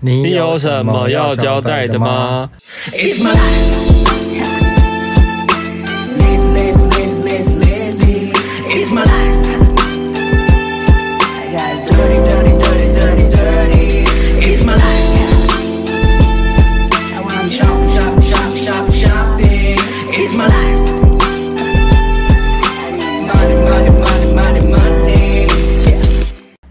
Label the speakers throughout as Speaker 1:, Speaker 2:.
Speaker 1: 你
Speaker 2: 你有什么要交代的吗？
Speaker 3: It's my life. Lazy, lazy, lazy, lazy, lazy. It's my life. I got dirty, dirty, dirty, dirty, dirty. It's my life. Now I'm shopping, shopping, shopping, shopping, shopping. It's my life. I need money, money, money, money, money. Yeah.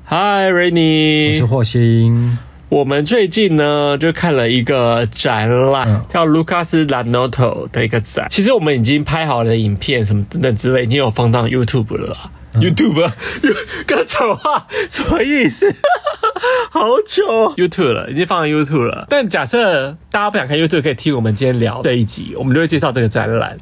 Speaker 2: 嗨，瑞
Speaker 1: 我
Speaker 2: 尼
Speaker 1: 是，霍星，
Speaker 2: 我们最近呢就看了一个展览，
Speaker 1: 嗯
Speaker 2: 叫 Lucas Lanotto 的一个展。其实我们已经拍好了影片什么等等之类，已经有放到 YouTube 了啦。YouTube，啊 刚讲话什么意思？ 好久 YouTube 了，已经放到 YouTube 了。但假设大家不想看 YouTube，可以听我们今天聊这一集，我们就会介绍这个展览。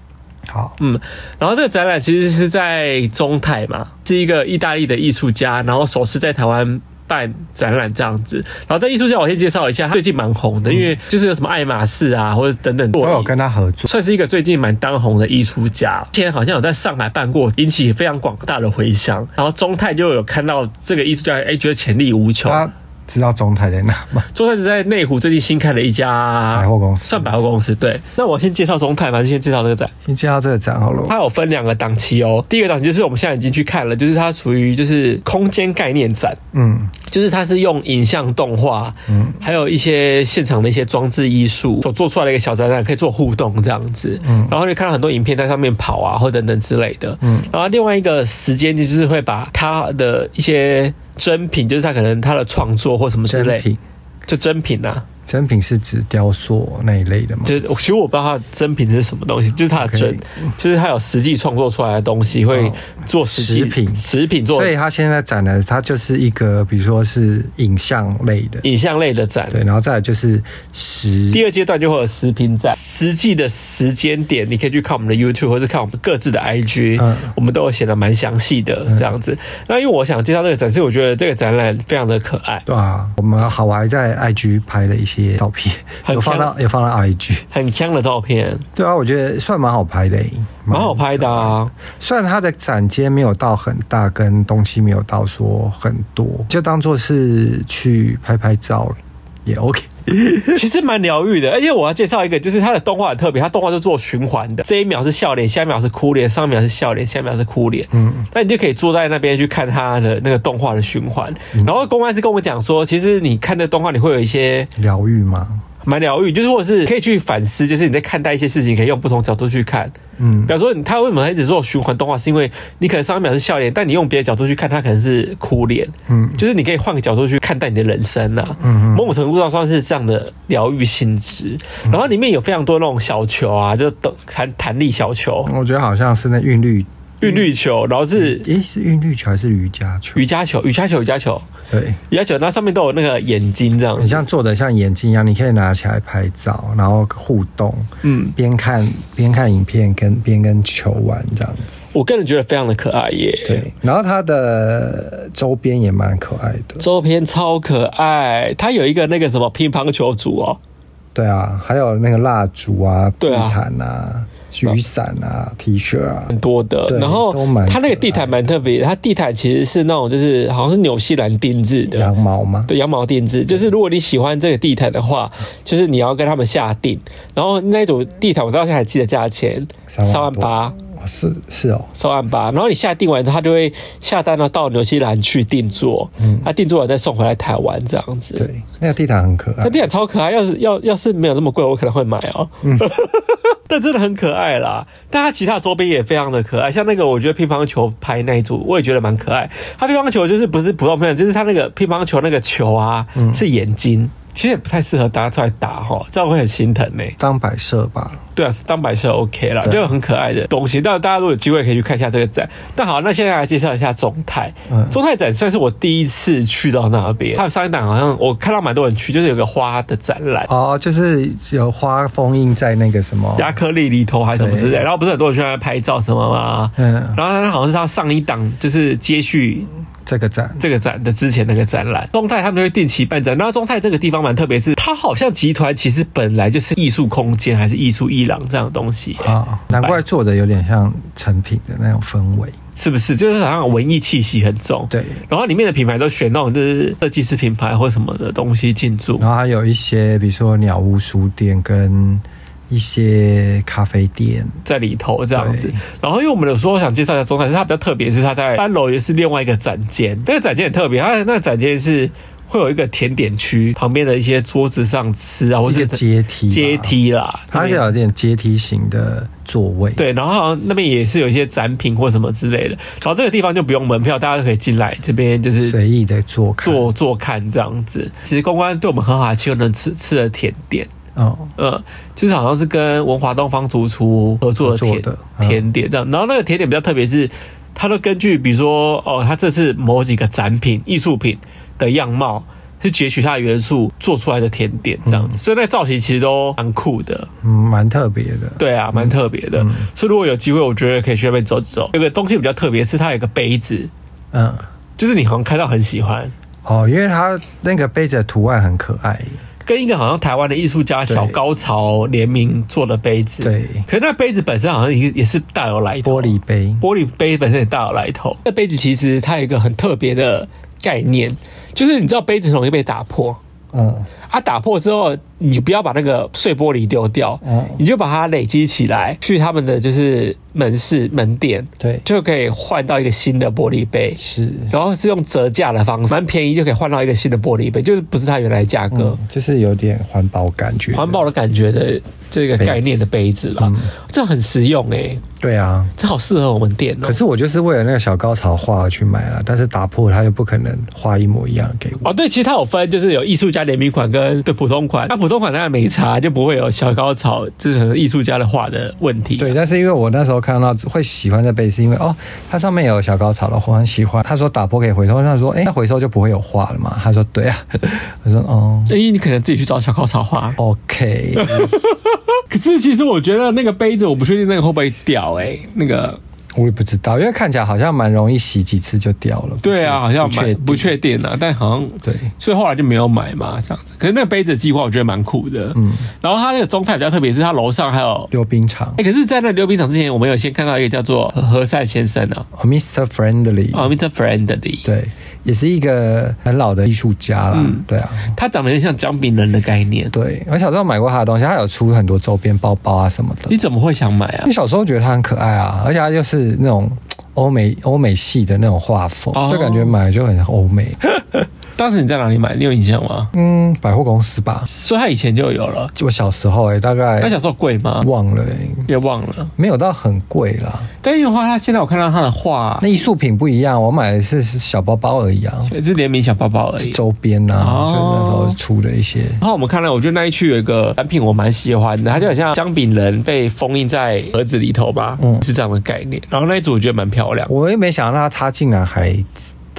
Speaker 1: 好，
Speaker 2: 嗯，然后这个展览其实是在中泰嘛，是一个意大利的艺术家，然后首次在台湾。办展览这样子，然后在艺术家我先介绍一下，他最近蛮红的，因为就是有什么爱马仕啊，或者等等，都
Speaker 1: 都嗯有跟他合作。
Speaker 2: 算是一个最近蛮当红的艺术家，之前好像有在上海办过，引起非常广大的回响。然后中泰就有看到这个艺术家，哎、觉得潜力无穷。
Speaker 1: 他知道中台在哪吗？
Speaker 2: 中泰是在内湖最近新开了一家
Speaker 1: 百货公司
Speaker 2: 算百货公司对。那我先介绍中泰吧，还是先介绍这个展？
Speaker 1: 先介绍这个展好了。
Speaker 2: 它有分两个档期哦。第一个档期就是我们现在已经去看了，就是它属于就是空间概念展，
Speaker 1: 嗯，
Speaker 2: 就是它是用影像动画，嗯，还有一些现场的一些装置艺术所做出来的一个小展览，可以做互动这样子。嗯，然后就看到很多影片在上面跑啊，或等等之类的。嗯，然后另外一个时间就是会把它的一些珍品，就是它可能它的创作或什么之
Speaker 1: 真
Speaker 2: 类，
Speaker 1: 品，
Speaker 2: 就珍品啊，
Speaker 1: 真品是指雕塑那一类的吗？
Speaker 2: 就是其实我不知道它的真品是什么东西，就是它的
Speaker 1: OK
Speaker 2: 真就是它有实际创作出来的东西，会
Speaker 1: 哦
Speaker 2: 做实际
Speaker 1: 食品
Speaker 2: 食品做
Speaker 1: 所以他现在展的，它就是一个，比如说是影像类的，
Speaker 2: 影像类的展。
Speaker 1: 对，然后再来就是实
Speaker 2: 第二阶段就会有食品展，实际的时间点你可以去看我们的 YouTube 或者看我们各自的 IG，、
Speaker 1: 嗯
Speaker 2: 我们都有写的蛮详细的这样子。那因为我想介绍这个展，是我觉得这个展览非常的可爱，
Speaker 1: 对啊，我们好我还在 IG 拍了一些照片，
Speaker 2: 很
Speaker 1: 有放
Speaker 2: 强
Speaker 1: 到有放到 IG。
Speaker 2: 很香的照片，
Speaker 1: 对啊，我觉得算蛮好拍的欸，
Speaker 2: 蛮好拍的啊。
Speaker 1: 虽然它的展间没有到很大，跟东西没有到说很多，就当做是去拍拍照也 OK。
Speaker 2: 其实蛮疗愈的，而且我要介绍一个，就是它的动画很特别，它动画是做循环的，这一秒是笑脸，下一秒是哭脸，上一秒是笑脸，下一秒是哭脸。嗯，那你就可以坐在那边去看它的那个动画的循环。然后公安是跟我讲说，其实你看这动画，你会有一些
Speaker 1: 疗愈嘛，
Speaker 2: 蛮疗愈，就是或者是可以去反思，就是你在看待一些事情，可以用不同角度去看。
Speaker 1: 嗯
Speaker 2: 比，方说，他为什么一直做循环动画，是因为你可能上一秒是笑脸，但你用别的角度去看，它可能是哭脸。
Speaker 1: 嗯
Speaker 2: 嗯，就是你可以换个角度去看待你的人生呐、
Speaker 1: 嗯
Speaker 2: 某种程度上算是这样的疗愈性质。然后里面有非常多那种小球啊，就等弹弹力小球、
Speaker 1: 我觉得好像是那韵律，
Speaker 2: 韵律球，然后是
Speaker 1: 诶，是韵律球还是瑜伽球？
Speaker 2: 瑜伽球、瑜伽球、瑜伽球、
Speaker 1: 对，
Speaker 2: 瑜伽球，那上面都有那个眼睛这样
Speaker 1: 很
Speaker 2: 子。
Speaker 1: 像做的像眼睛一样，你可以拿起来拍照，然后互动，
Speaker 2: 嗯，
Speaker 1: 边看边看影片，跟边跟球玩这样子。
Speaker 2: 我个人觉得非常的可爱耶。
Speaker 1: 对，然后它的周边也蛮可爱的。
Speaker 2: 周边超可爱，它有一个那个什么乒乓球组哦，
Speaker 1: 对啊，还有那个蜡烛啊、地
Speaker 2: 对啊
Speaker 1: 毯啊、雨伞啊、T 恤啊，
Speaker 2: 很多的
Speaker 1: 对。
Speaker 2: 然后
Speaker 1: 都蛮
Speaker 2: 它
Speaker 1: 可
Speaker 2: 那
Speaker 1: 爱
Speaker 2: 个
Speaker 1: 的
Speaker 2: 地毯蛮特别的，它地毯其实是那种就是好像是纽西兰定制的
Speaker 1: 羊。毛吗？
Speaker 2: 对羊毛定制，就是如果你喜欢这个地毯的话，就是你要跟他们下定，然后那种地毯我到现在还记得价钱，
Speaker 1: 三万
Speaker 2: 三万
Speaker 1: 多
Speaker 2: 八，
Speaker 1: 哦是是哦，
Speaker 2: 三万八，然后你下定完之后，他就会下单了到纽西兰去定做，
Speaker 1: 嗯
Speaker 2: 他定做完再送回来台湾这样子。
Speaker 1: 对，那个地毯很可爱
Speaker 2: 那。地毯超可爱，要是要要是没有那么贵，我可能会买哦、
Speaker 1: 嗯
Speaker 2: 但真的很可爱啦。但它其他周边也非常的可爱，像那个我觉得乒乓球拍那一组，我也觉得蛮可爱。它乒乓球就是不是普通乒乓球，就是它那个乒乓球那个球啊，
Speaker 1: 嗯
Speaker 2: 是眼睛。其实也不太适合拿出来打哈，这样会很心疼呢、
Speaker 1: 当摆设吧，
Speaker 2: 对啊，当摆设 OK 啦，
Speaker 1: 对
Speaker 2: 就很可爱的东西。但大家如果有机会可以去看一下这个展。那好，那现在来介绍一下中泰。
Speaker 1: 嗯
Speaker 2: 中泰展算是我第一次去到那边，他们上一档好像我看到蛮多人去，就是有个花的展览。
Speaker 1: 哦，就是有花封印在那个什么，
Speaker 2: 亚克力里头还是什么之类的，
Speaker 1: 哦对
Speaker 2: 然后不是很多人去那边拍照什么吗？
Speaker 1: 嗯
Speaker 2: 然后他好像是他上一档就是接续
Speaker 1: 这个展，
Speaker 2: 这个展的之前那个展览，中泰他们就会定期办展。那中泰这个地方蛮特别，是它好像集团其实本来就是艺术空间
Speaker 1: 啊
Speaker 2: 还是艺术伊朗这样的东西、
Speaker 1: 啊、难怪做的有点像成品的那种氛围，
Speaker 2: 是不是？就是好像文艺气息很重。
Speaker 1: 对，
Speaker 2: 然后里面的品牌都选那种就是设计师品牌或什么的东西进驻。
Speaker 1: 然后还有一些，比如说鸟屋书店跟一些咖啡店，
Speaker 2: 在里头这样子
Speaker 1: 对。
Speaker 2: 然后因为我们有说我想介绍一下中山，是它比较特别，是它在三楼也是另外一个展间，那个展间很特别，它那个展间是会有一个甜点区，旁边的一些桌子上吃啊，或
Speaker 1: 一
Speaker 2: 者
Speaker 1: 个阶梯吧
Speaker 2: 阶，梯啦，
Speaker 1: 它是有点阶梯型的座位。
Speaker 2: 对，然后好像那边也是有一些展品或什么之类的，然后这个地方就不用门票，大家都可以进来这边就是
Speaker 1: 随意的坐看
Speaker 2: 坐坐看这样子。其实公关对我们很好，其实能吃吃的甜点，
Speaker 1: 哦，
Speaker 2: 呃，就是好像是跟文华东方主厨合作的甜
Speaker 1: 合作的嗯
Speaker 2: 甜点这样。然后那个甜点比较特别是，它都根据比如说哦，它这次某几个展品、艺术品的样貌。是截取它的元素做出来的甜点这样子，所以那个造型其实都蛮酷的。
Speaker 1: 嗯，蛮特别的。
Speaker 2: 对啊，蛮特别
Speaker 1: 嗯
Speaker 2: 的。所以如果有机会，我觉得可以去那边走走。有个东西比较特别，是它有一个杯子，
Speaker 1: 嗯，
Speaker 2: 就是你好像看到很喜欢，
Speaker 1: 哦，因为它那个杯子的图案很可爱。
Speaker 2: 跟一个好像台湾的艺术家小高潮联名做的杯子。
Speaker 1: 对
Speaker 2: 可是那杯子本身好像也也是大有来
Speaker 1: 玻
Speaker 2: 头，
Speaker 1: 璃杯，
Speaker 2: 玻璃杯本身也大有来头。那杯子其实它有一个很特别的概念，就是你知道杯子很容易被打破。
Speaker 1: 嗯，
Speaker 2: 它打破之后，你不要把那个碎玻璃丢掉，
Speaker 1: 嗯
Speaker 2: 你就把它累积起来，去他们的就是门市门店，
Speaker 1: 对，
Speaker 2: 就可以换到一个新的玻璃杯，
Speaker 1: 是，
Speaker 2: 然后是用折价的方式，蛮便宜就可以换到一个新的玻璃杯，就是不是它原来价格。
Speaker 1: 嗯，就是有点环保感觉。
Speaker 2: 环保的，感觉的这个概念的杯子啦，
Speaker 1: 嗯
Speaker 2: 这很实用诶、
Speaker 1: 对啊。
Speaker 2: 这好适合我们店哦、
Speaker 1: 可是我就是为了那个小高潮画而去买啊了，但是打破了它又不可能画一模一样给我。
Speaker 2: 哦，对，其实它有分，就是有艺术家联名款跟对普通款。那普通款当然没差，就不会有小高潮，这种艺术家的画的问题。
Speaker 1: 对，但是因为我那时候看到会喜欢这杯，是因为哦，它上面有小高潮了，我很喜欢。他说打破可以回收，我想说，哎、那回收就不会有画了嘛？他说对啊， 我说哦
Speaker 2: 所以你可能自己去找小高潮画。
Speaker 1: ，OK，
Speaker 2: 可是其实我觉得那个杯子，我不确定那个会不会掉诶、那个
Speaker 1: 我也不知道，因为看起来好像蛮容易洗几次就掉了。
Speaker 2: 对啊，
Speaker 1: 不
Speaker 2: 好像
Speaker 1: 不
Speaker 2: 蛮
Speaker 1: 确
Speaker 2: 不确定啊，但好像
Speaker 1: 对，
Speaker 2: 所以后来就没有买嘛，这样子。可是那个杯子的计划我觉得蛮酷的，嗯。然后它那个中泰比较特别，是它楼上还有，
Speaker 1: 溜冰场、
Speaker 2: 哎、可是，在那溜冰场之前，我们有先看到一个叫做何何善先生啊，
Speaker 1: 哦 m r Friendly，、
Speaker 2: 哦，Mr. Friendly，
Speaker 1: 对，也是一个很老的艺术家啦。
Speaker 2: 嗯
Speaker 1: 对啊，
Speaker 2: 他长得有点像姜饼人的概念。
Speaker 1: 对，我小时候买过他的东西，他有出很多周边包包啊什么的
Speaker 2: 你。怎么会想买啊
Speaker 1: 你？小时候觉得他很可爱啊，而且他就是那种欧美欧美系的那种画风，
Speaker 2: 哦
Speaker 1: 就感觉买了就很欧 美。
Speaker 2: 当时你在哪里买？你有印象吗？
Speaker 1: 嗯，百货公司吧，
Speaker 2: 所以他以前就有了。
Speaker 1: 我小时候哎、大概
Speaker 2: 他小时候贵吗？
Speaker 1: 忘了、欸，
Speaker 2: 也忘了。
Speaker 1: 没有到很贵啦。
Speaker 2: 但因为话，他现在我看到他的画
Speaker 1: 那，艺术品不一样，我买的是小包包而已啊，
Speaker 2: 也是联名小包包而已。
Speaker 1: 周边呐、
Speaker 2: 哦
Speaker 1: 啊，就那时候出的一些。
Speaker 2: 然后我们看了，我觉得那一区有一个产品我蛮喜欢的，它就很像姜饼人被封印在盒子里头吧，
Speaker 1: 嗯
Speaker 2: 是这样的概念。然后那一组我觉得蛮漂亮，
Speaker 1: 我也没想到他竟然还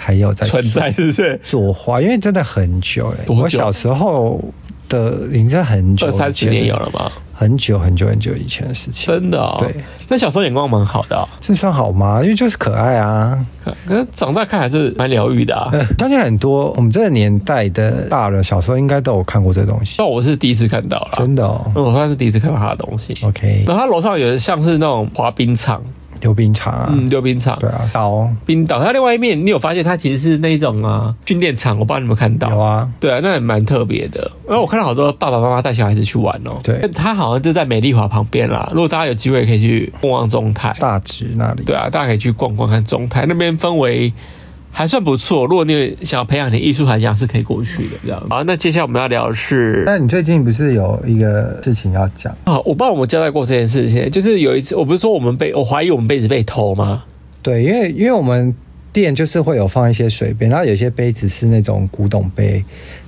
Speaker 1: 还有在
Speaker 2: 存在是 不是？
Speaker 1: 作画，因为真的很久哎、
Speaker 2: 多久
Speaker 1: 我小时候的已经很久，
Speaker 2: 二三十年有
Speaker 1: 了，
Speaker 2: 了吗？
Speaker 1: 很久很久很久以前的事情。
Speaker 2: 真的哦。
Speaker 1: 对，
Speaker 2: 那小时候眼光蛮好的、哦，
Speaker 1: 这算好吗？因为就是可爱啊。
Speaker 2: 可可是长大看还是蛮疗愈的啊。
Speaker 1: 相信很多我们这个年代的大人，小时候应该都有看过这东西
Speaker 2: 但，我是第一次看到啦，
Speaker 1: 真的哦。
Speaker 2: 嗯我算是第一次看到他的东西。
Speaker 1: OK，
Speaker 2: 然后他楼上有像是那种滑冰场，
Speaker 1: 溜冰场啊，
Speaker 2: 嗯，溜冰场、
Speaker 1: 对啊，岛
Speaker 2: 冰岛。它另外一面，你有发现它其实是那种啊训练场，我不知道你有没有看到
Speaker 1: 有。啊，
Speaker 2: 对啊，那也蛮特别的。然后我看到好多爸爸妈妈带小孩子去玩哦。
Speaker 1: 对
Speaker 2: 它好像就在美丽华旁边啦。如果大家有机会可以去逛逛中泰，
Speaker 1: 大直那里。
Speaker 2: 对啊，大家可以去逛逛看中泰那边氛围还算不错。如果你想要培养你的艺术涵养，是可以过去的这样。好，那接下来我们要聊的是
Speaker 1: 那你最近不是有一个事情要讲？
Speaker 2: 啊，我不知道我们交代过这件事情，就是有一次，我不是说我们被我怀疑我们被子被偷吗？
Speaker 1: 对，因为因为我们店就是会有放一些水杯，然后有些杯子是那种古董杯，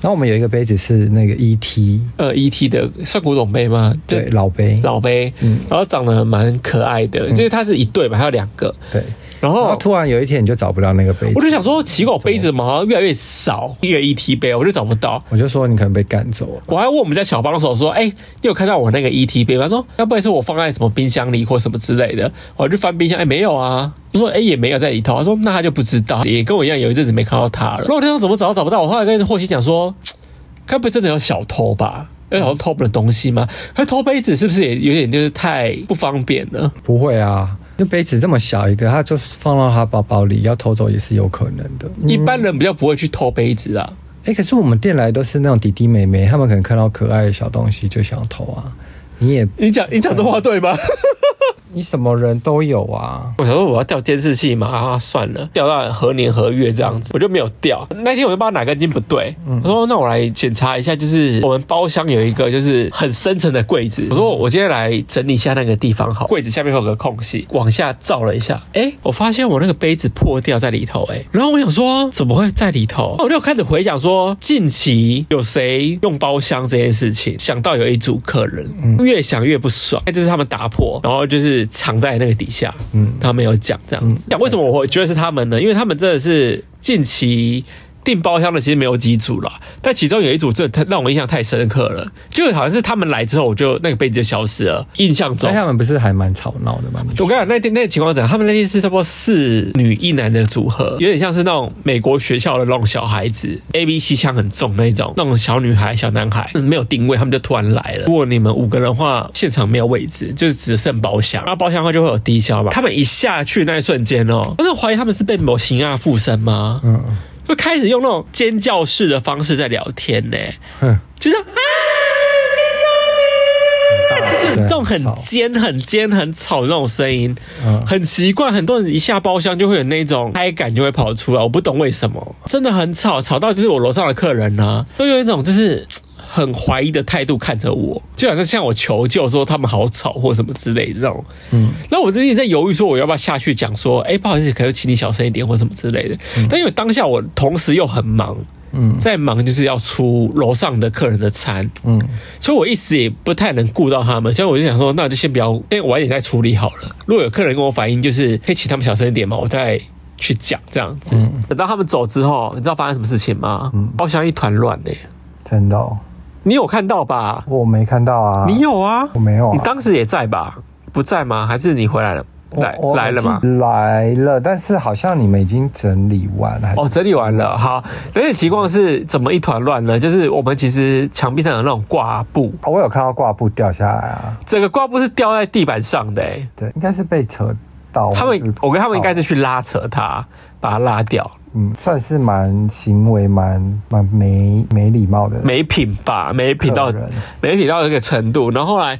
Speaker 1: 然后我们有一个杯子是那个 ET，
Speaker 2: 呃，ET 的算古董杯吗？就
Speaker 1: 对，老杯，
Speaker 2: 老杯，
Speaker 1: 嗯
Speaker 2: 然后长得蛮可爱的，就是它是一对嘛，还有两个，
Speaker 1: 对。
Speaker 2: 然
Speaker 1: 然后
Speaker 2: 后。
Speaker 1: 突然有一天你就找不到那个杯子，
Speaker 2: 哦我就想说，奇狗杯子怎么好像越来越少，一个 ET 杯，我就找不到。
Speaker 1: 我就说你可能被赶走了。
Speaker 2: 我还问我们家小帮手说：“哎、你有看到我那个 ET 杯吗？”他说：“要不然是我放在什么冰箱里或什么之类的。”我就翻冰箱，哎、没有啊。我说：“哎、也没有在里头。”他说：“那他就不知道，也跟我一样有一阵子没看到他了。”然后我就想怎么找都找不到。我后来跟霍希讲说：“该不会真的有小偷吧？”有小偷偷我们的东西吗？他偷杯子是不是也有点就是太不方便了？
Speaker 1: 不会啊，因为杯子这么小一个，他就放到他包包里，要偷走也是有可能的。
Speaker 2: 一般人比较不会去偷杯子啊啦。
Speaker 1: 哎、可是我们店来都是那种弟弟妹妹，他们可能看到可爱的小东西就想偷啊。你也
Speaker 2: 你讲你讲的话对吗？
Speaker 1: 你什么人都有啊，
Speaker 2: 我想说我要调监视器嘛，啊算了，调到何年何月这样子，我就没有调。那天我就不知道哪根筋不对，我说那我来检查一下，就是我们包厢有一个就是很深层的柜子，我说我今天来整理一下那个地方好，柜子下面会有个空隙，往下照了一下，哎、我发现我那个杯子破掉在里头、哎，然后我想说怎么会在里头？哦我就开始回想说近期有谁用包厢这件事情，想到有一组客人，越想越不爽，哎那就是他们打破，然后就是藏在那个底下，嗯，他没有讲这样子。讲、为什么我会觉得是他们呢？因为他们真的是近期。订包厢的其实没有几组啦，但其中有一组真的太让我印象太深刻了，就好像是他们来之后，我就那个杯子就消失了，印象中
Speaker 1: 但。哎他们不是还蛮吵闹的吗？
Speaker 2: 我跟你讲，那天那个情况是怎样？他们那天是差不多四女一男的组合，有点像是那种美国学校的那种小孩子，A B C 枪很重那种，那种小女孩、小男孩、嗯没有定位，他们就突然来了。如果你们五个人的话，现场没有位置，就只剩包厢，那包厢的话就会有低消嘛。他们一下去那一瞬间哦，我真的怀疑他们是被某型啊附身吗？
Speaker 1: 嗯
Speaker 2: 就开始用那种尖叫式的方式在聊天呢、
Speaker 1: 哼，
Speaker 2: 就这样啊。
Speaker 1: 这
Speaker 2: 这种很尖、很尖、很吵的那种声音，
Speaker 1: 嗯
Speaker 2: 很奇怪。很多人一下包厢就会有那种嗨感，就会跑出来。我不懂为什么，真的很吵，吵到就是我楼上的客人呢、都有一种就是。很怀疑的态度看着我，就好像向我求救说他们好吵或什么之类的那种。嗯，那我最近在犹豫说我要不要下去讲说，哎、不好意思，可不可以请你小声一点或什么之类的。但因为当下我同时又很忙，嗯，在忙就是要出楼上的客人的餐，嗯，所以我一时也不太能顾到他们，所以我就想说，那我就先不要，先晚一点再处理好了。如果有客人跟我反映，就是可以请他们小声一点嘛，我再去讲这样子。
Speaker 1: 嗯
Speaker 2: 等到他们走之后，你知道发生什么事情吗？包厢一团乱呢、
Speaker 1: 真的、哦，
Speaker 2: 你有看到吧？
Speaker 1: 我没看到啊。
Speaker 2: 你有啊？
Speaker 1: 我没有啊
Speaker 2: 你当时也在吧？不在吗？还是你回来了？
Speaker 1: 我
Speaker 2: 来
Speaker 1: 哦我
Speaker 2: 来了吗？
Speaker 1: 来了，但是好像你们已经整理完了。
Speaker 2: 哦，整理完了，好。有点情况是怎么一团乱呢？就是我们其实墙壁上有那种挂布，
Speaker 1: 哦我有看到挂布掉下来啊，
Speaker 2: 整个挂布是掉在地板上的、欸。
Speaker 1: 对，应该是被扯到。
Speaker 2: 他
Speaker 1: 或是
Speaker 2: 们，我跟他们应该是去拉扯它，把它拉掉，
Speaker 1: 嗯，算是蛮行为蛮蛮没没礼貌的。
Speaker 2: 没品吧，没品到
Speaker 1: 客人
Speaker 2: 没品到一个程度。然后后来，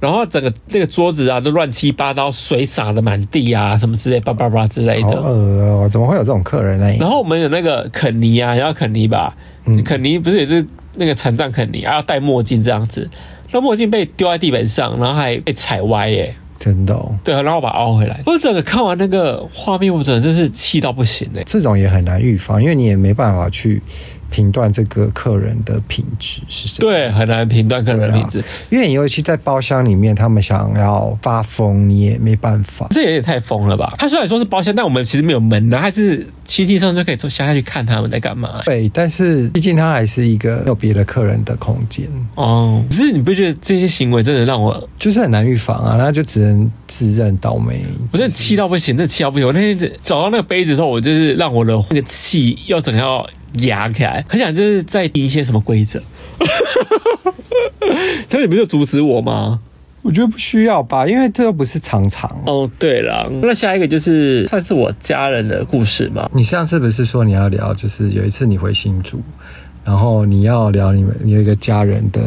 Speaker 2: 然后整个那个桌子啊都乱七八糟，水洒的满地啊，什么之类，叭叭叭之类
Speaker 1: 好
Speaker 2: 的。嗯
Speaker 1: 恶哦、怎么会有这种客人呢？
Speaker 2: 然后我们有那个肯尼啊，然后肯尼吧，
Speaker 1: 嗯
Speaker 2: 肯尼不是也是那个残障肯尼啊，要戴墨镜这样子，那墨镜被丢在地板上，然后还被踩歪耶、
Speaker 1: 真的、哦，
Speaker 2: 对，然后我把它凹回来。我整个看完那个画面，我真的真是气到不行哎、
Speaker 1: 这种也很难预防，因为你也没办法去评断这个客人的品质是什么。
Speaker 2: 对，很难评断个人的
Speaker 1: 对
Speaker 2: 品
Speaker 1: 啊
Speaker 2: 质，
Speaker 1: 因为你尤其在包厢里面，他们想要发疯，你也没办法。
Speaker 2: 这也有点太疯了吧？他虽然说是包厢，但我们其实没有门的，他是亲戚上就可以坐下去看他们在干嘛、欸
Speaker 1: 对，但是毕竟它还是一个没有别的客人的空间，
Speaker 2: 哦，只是你不觉得这些行为真的让我
Speaker 1: 就是很难预防啊，那就只能自认倒霉。
Speaker 2: 我真的气到不行，真的气到不行。我那天找到那个杯子的时候，我就是让我的那个气要整个要压起来，很想就是再定一些什么规 则。所以你不就阻止我吗？
Speaker 1: 我觉得不需要吧，因为这又不是常常。
Speaker 2: 哦，对了，那下一个就是算是我家人的故事嘛。
Speaker 1: 你上次不是说你要聊，就是有一次你回新竹，然后你要聊你们你有一个家人的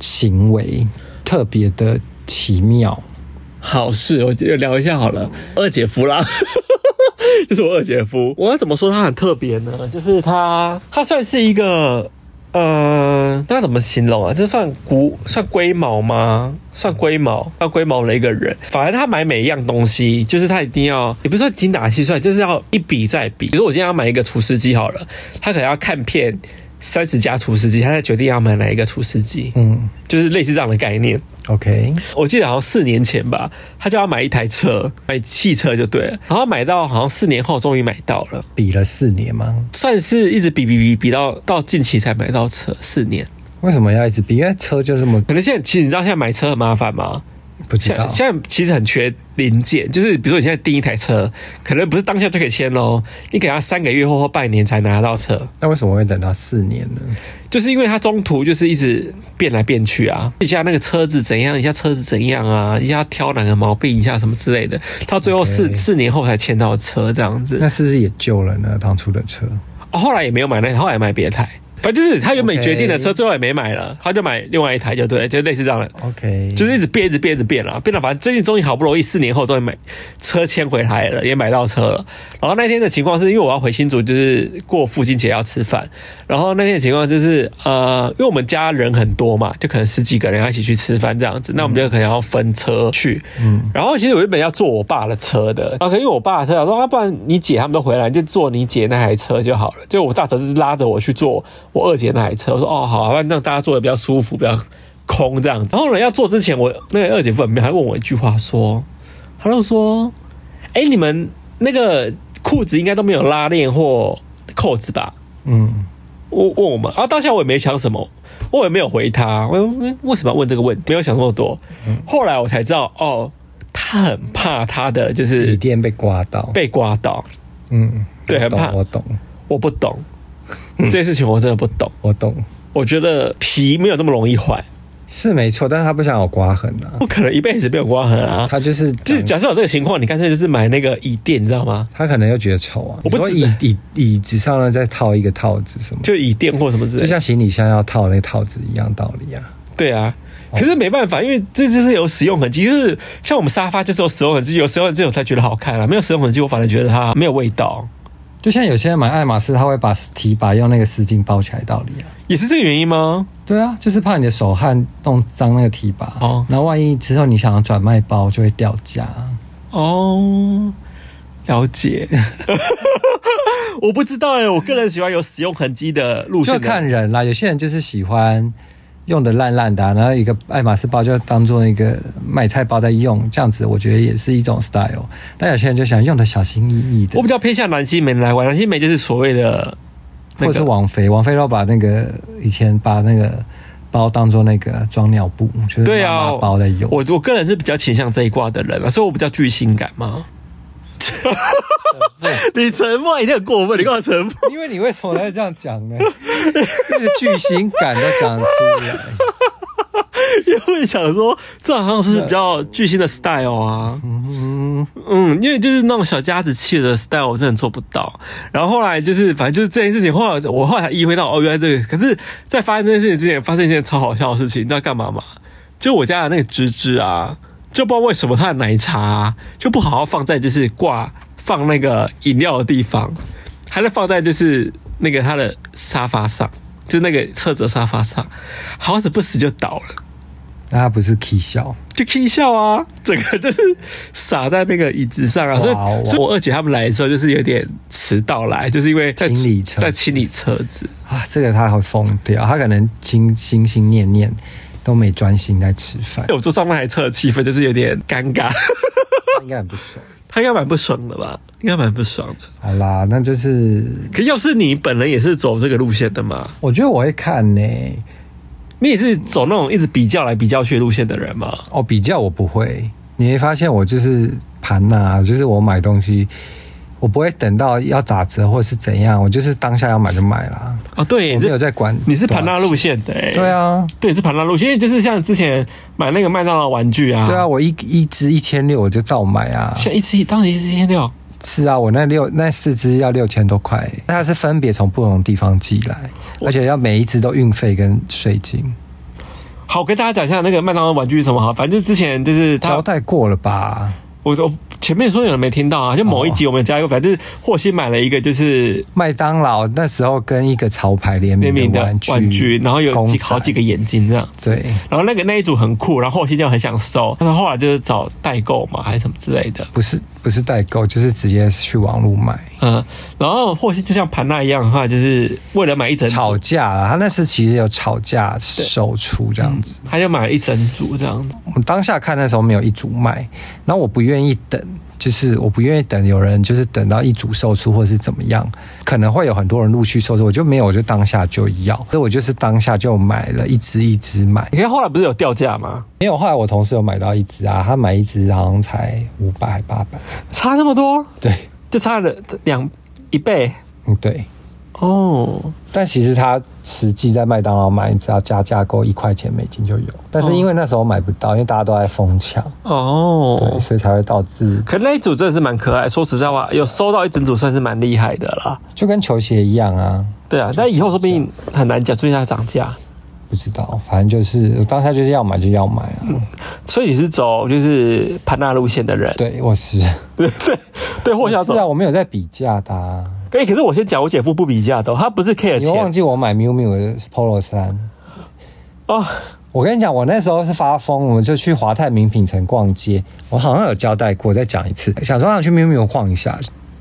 Speaker 1: 行为特别的奇妙，
Speaker 2: 好事，我就聊一下好了。二姐夫啦， 就是我二姐夫。我要怎么说他很特别呢？就是他，他算是一个，呃，那怎么形容啊？这算古算龟毛吗？算龟毛，算龟毛的一个人。反正他买每一样东西，就是他一定要，也不是说精打细算，就是要一笔再笔。比如说我今天要买一个厨师机好了，他可能要看片三十家厨师机，他才决定要买哪一个厨师机，
Speaker 1: 嗯
Speaker 2: 就是类似这样的概念。
Speaker 1: ，OK，
Speaker 2: 我记得好像四年前吧，他就要买一台车，买汽车就对了。然后买到好像四年后终于买到了，
Speaker 1: 比了四年吗？
Speaker 2: 算是一直比比比比到到近期才买到车，四年。
Speaker 1: 为什么要一直比？因为车就这么
Speaker 2: 可能现在其实你知道现在买车很麻烦吗？
Speaker 1: 不知 道
Speaker 2: 像。现在其实很缺零件，就是比如说你现在订一台车，可能不是当下就可以签喽，你给他三个月后或半年才拿到车，
Speaker 1: 那为什么会等到四年呢？
Speaker 2: 就是因为它中途就是一直变来变去啊，一下那个车子怎样，一下车子怎样啊，一下挑哪个毛病，一下什么之类的，到最后四
Speaker 1: OK
Speaker 2: 四年后才签到车这样子
Speaker 1: 那。是不是也救了呢？当初的车，
Speaker 2: 哦后来也没有买那台，后来买别台，反正就是他原本
Speaker 1: OK
Speaker 2: 决定的车，最后也没买了，他就买另外一台就对了，就类似这样的。
Speaker 1: OK，
Speaker 2: 就是一直变，一直变，一直变啊啦，变到反正最近终于好不容易四年后终于买车签回来了，也买到车了。然后那天的情况是因为我要回新竹，就是过父亲节要吃饭。然后那天的情况就是呃，因为我们家人很多嘛，就可能十几个人要一起去吃饭这样子，那我们就可能要分车去。嗯，然后其实我原本要坐我爸的车的，然后可是因为我爸的车，我说啊，不然你姐他们都回来，你就坐你姐那台车就好了。就我大侄子拉着我去坐我二姐那台车，我说哦好、啊，反正让大家坐的比较舒服，比较。空这样子。然后呢，要做之前，我那个二姐夫很妙，还问我一句话说，他就说：“哎、你们那个裤子应该都没有拉链或扣子吧
Speaker 1: 嗯，？”
Speaker 2: 我问我们，然后当下我也没想什么，我也没有回他，我嗯为什么要问这个问题？没有想那么多。后来我才知道，哦，他很怕他的就
Speaker 1: 锂
Speaker 2: 是
Speaker 1: 电呃被刮到，
Speaker 2: 被刮到，
Speaker 1: 嗯，
Speaker 2: 对
Speaker 1: 我
Speaker 2: 很怕
Speaker 1: 懂，我嗯懂，
Speaker 2: 我不懂、这件事情，我真的不懂。
Speaker 1: 我懂，
Speaker 2: 我觉得皮没有那么容易坏，
Speaker 1: 是没错，但是他不想有刮痕啊，
Speaker 2: 不可能一辈子被我刮痕啊。
Speaker 1: 他就是
Speaker 2: 就是假设有这个情况，你干脆就是买那个椅垫，你知道吗？
Speaker 1: 他可能又觉得丑啊。
Speaker 2: 我
Speaker 1: 你
Speaker 2: 不
Speaker 1: 说
Speaker 2: 知
Speaker 1: 椅椅椅子上呢，再套一个套子什么，
Speaker 2: 就椅垫或什么之类
Speaker 1: 就
Speaker 2: 的。
Speaker 1: 像行李箱要套那个套子一样道理啊。
Speaker 2: 对啊，
Speaker 1: 哦
Speaker 2: 可是没办法，因为这就是有使用痕迹，就是像我们沙发就是有使用痕迹，有使用痕迹我才觉得好看啊，没有使用痕迹我反而觉得它没有味道，
Speaker 1: 就像有些人买爱马仕，他会把提拔用那个丝巾包起来道理啊。
Speaker 2: 也是这个原因吗？
Speaker 1: 对啊，就是怕你的手汗弄脏那个提拔，
Speaker 2: 哦
Speaker 1: 然后万一之后你想要转卖包就会掉价。啊
Speaker 2: 哦，了解。 我不知道哎、我个人喜欢有使用痕迹的路线啊
Speaker 1: 就
Speaker 2: 的。
Speaker 1: 看人啦，有些人就是喜欢用的烂烂的啊、然后一个爱马仕包就当做一个买菜包在用，这样子我觉得也是一种 style。但有些人就想用的小心翼翼的
Speaker 2: 我比，较偏向蓝心湄来玩，蓝心湄就是所谓的、
Speaker 1: 或
Speaker 2: 那个，
Speaker 1: 者是王菲，王菲都把那个以前把那个包当做那个装尿布，就是
Speaker 2: 对
Speaker 1: 妈
Speaker 2: 啊
Speaker 1: 妈包在用。
Speaker 2: 我我个人是比较倾向这一挂的人啊，所以我比较具性感嘛。 你沉默，啊一定很过分，你干嘛沉默？
Speaker 1: 因为你为什么要这样讲呢？ 那个巨星感都讲出来。
Speaker 2: 因为想说，这好像是比较巨星的 style 啊，
Speaker 1: 嗯，
Speaker 2: 嗯，因为就是那种小家子气的 style，我真的做不到。然后后来就是，反正就是这件事情，后来我后来才意会到，哦，原来这个。可是，在发生这件事情之前，发生一件超好笑的事情，你知道干嘛吗？就我家的那个芝芝啊，就不知道为什么他的奶茶啊、就不好好放在就是挂放那个饮料的地方，还是放在就是那个他的沙发上，就是那个侧折沙发上，好死不死就倒了。
Speaker 1: 那他不是 K 笑，
Speaker 2: 就 K 笑啊，整个就是洒在那个椅子上啊，所
Speaker 1: 哇哦哇
Speaker 2: 以所以我二姐他们来的时候就是有点迟到来，就是因为在
Speaker 1: 清理车
Speaker 2: 在清理车子，
Speaker 1: 啊，这个他会疯掉，他可能心心心念念都没专心在吃饭
Speaker 2: 对，我坐上那台车的气氛就是有点尴 尬，
Speaker 1: 他应该很不爽。
Speaker 2: 他应该蛮不爽的吧？应该蛮不爽的。
Speaker 1: 好啦，那就是
Speaker 2: 可要是你本人也是走这个路线的嘛，
Speaker 1: 我觉得我会看呢、
Speaker 2: 你也是走那种一直比较来比较去的路线的人嘛？
Speaker 1: 哦，比较我不会，你会发现我就是盘呐、就是我买东西，我不会等到要打折或者是怎样，我就是当下要买就买啦，
Speaker 2: 哦，对，
Speaker 1: 我
Speaker 2: 你
Speaker 1: 没有
Speaker 2: 是
Speaker 1: 在管。
Speaker 2: 你是盘纳路？线的、欸，
Speaker 1: 对，啊，
Speaker 2: 对，你是盘纳路线，因为就是像之前买那个麦当劳玩具啊，
Speaker 1: 对啊，，我一一只一千六我就照买啊。
Speaker 2: 像一次当时一次一千六。
Speaker 1: 是啊，我那六那四只要六千多块，它是分别从不同地方寄来，而且要每一只都运费跟税金。
Speaker 2: 好，跟大家讲一下那个麦当劳玩具是什么哈，反正之前就是他
Speaker 1: 交，代过了吧？
Speaker 2: 我我前面说有人没听到啊，就某一集我们加一个，反正霍希买了一个就是
Speaker 1: 麦当劳那时候跟一个潮牌联
Speaker 2: 联名
Speaker 1: 名
Speaker 2: 的
Speaker 1: 的玩具，
Speaker 2: 玩具，然后有
Speaker 1: 公
Speaker 2: 几
Speaker 1: 仔
Speaker 2: 好几个眼睛这样。
Speaker 1: 对，
Speaker 2: 然后那个那一组很酷，然后霍希就很想收，但是后来就是找代购嘛，还是什么之类的，
Speaker 1: 不是不是代购，就是直接去网络买。
Speaker 2: 嗯，然后霍希就像盘娜一样的话，就是为了买一整
Speaker 1: 吵
Speaker 2: 组，
Speaker 1: 架啦，他那时其实有吵架售出这样子。嗯
Speaker 2: 他就买了一整组这样子，
Speaker 1: 我当下看那时候没有一组卖，然后我不愿意等，就是我不愿意等有人，就是等到一组售出或者是怎么样，可能会有很多人陆续售出，我就没有，我就当下就要，所以我就是当下就买了一只一只买，
Speaker 2: 你看后来不是有掉价吗？
Speaker 1: 因为我后来我同事有买到一只啊，他买一只好像才五百还八百，
Speaker 2: 差那么多，
Speaker 1: 对，
Speaker 2: 就差了两一倍
Speaker 1: 嗯对，
Speaker 2: 哦。
Speaker 1: 但其实他实际在麦当劳买，你只要加价购一块钱美金就有，但是因为那时候买不到，因为大家都在疯抢，对，
Speaker 2: 哦，
Speaker 1: 所以才会导致
Speaker 2: 可那一组真的是蛮可爱。说实在话，有收到一整组算是蛮厉害的啦。
Speaker 1: 就跟球鞋一样啊，
Speaker 2: 对啊，但以后说不定很难讲，说不定它涨价。
Speaker 1: 不知道，反正就是当下就是要买就要买啊，
Speaker 2: 所以你是走就是盘纳路线的人，
Speaker 1: 对我是，
Speaker 2: 对对对，
Speaker 1: 我
Speaker 2: 货销
Speaker 1: 是啊，
Speaker 2: 走。
Speaker 1: 我没有在比价的、啊，
Speaker 2: 哎、可是我先讲，我姐夫不比价的哦，他不是 care
Speaker 1: 你又忘
Speaker 2: 钱
Speaker 1: 记我买 miu miu 的 polo 衫。
Speaker 2: 哦。
Speaker 1: 我跟你讲，我那时候是发疯，我们就去华泰名品城逛街。我好像有交代过，再讲一次，想说想啊去 miu miu 晃一下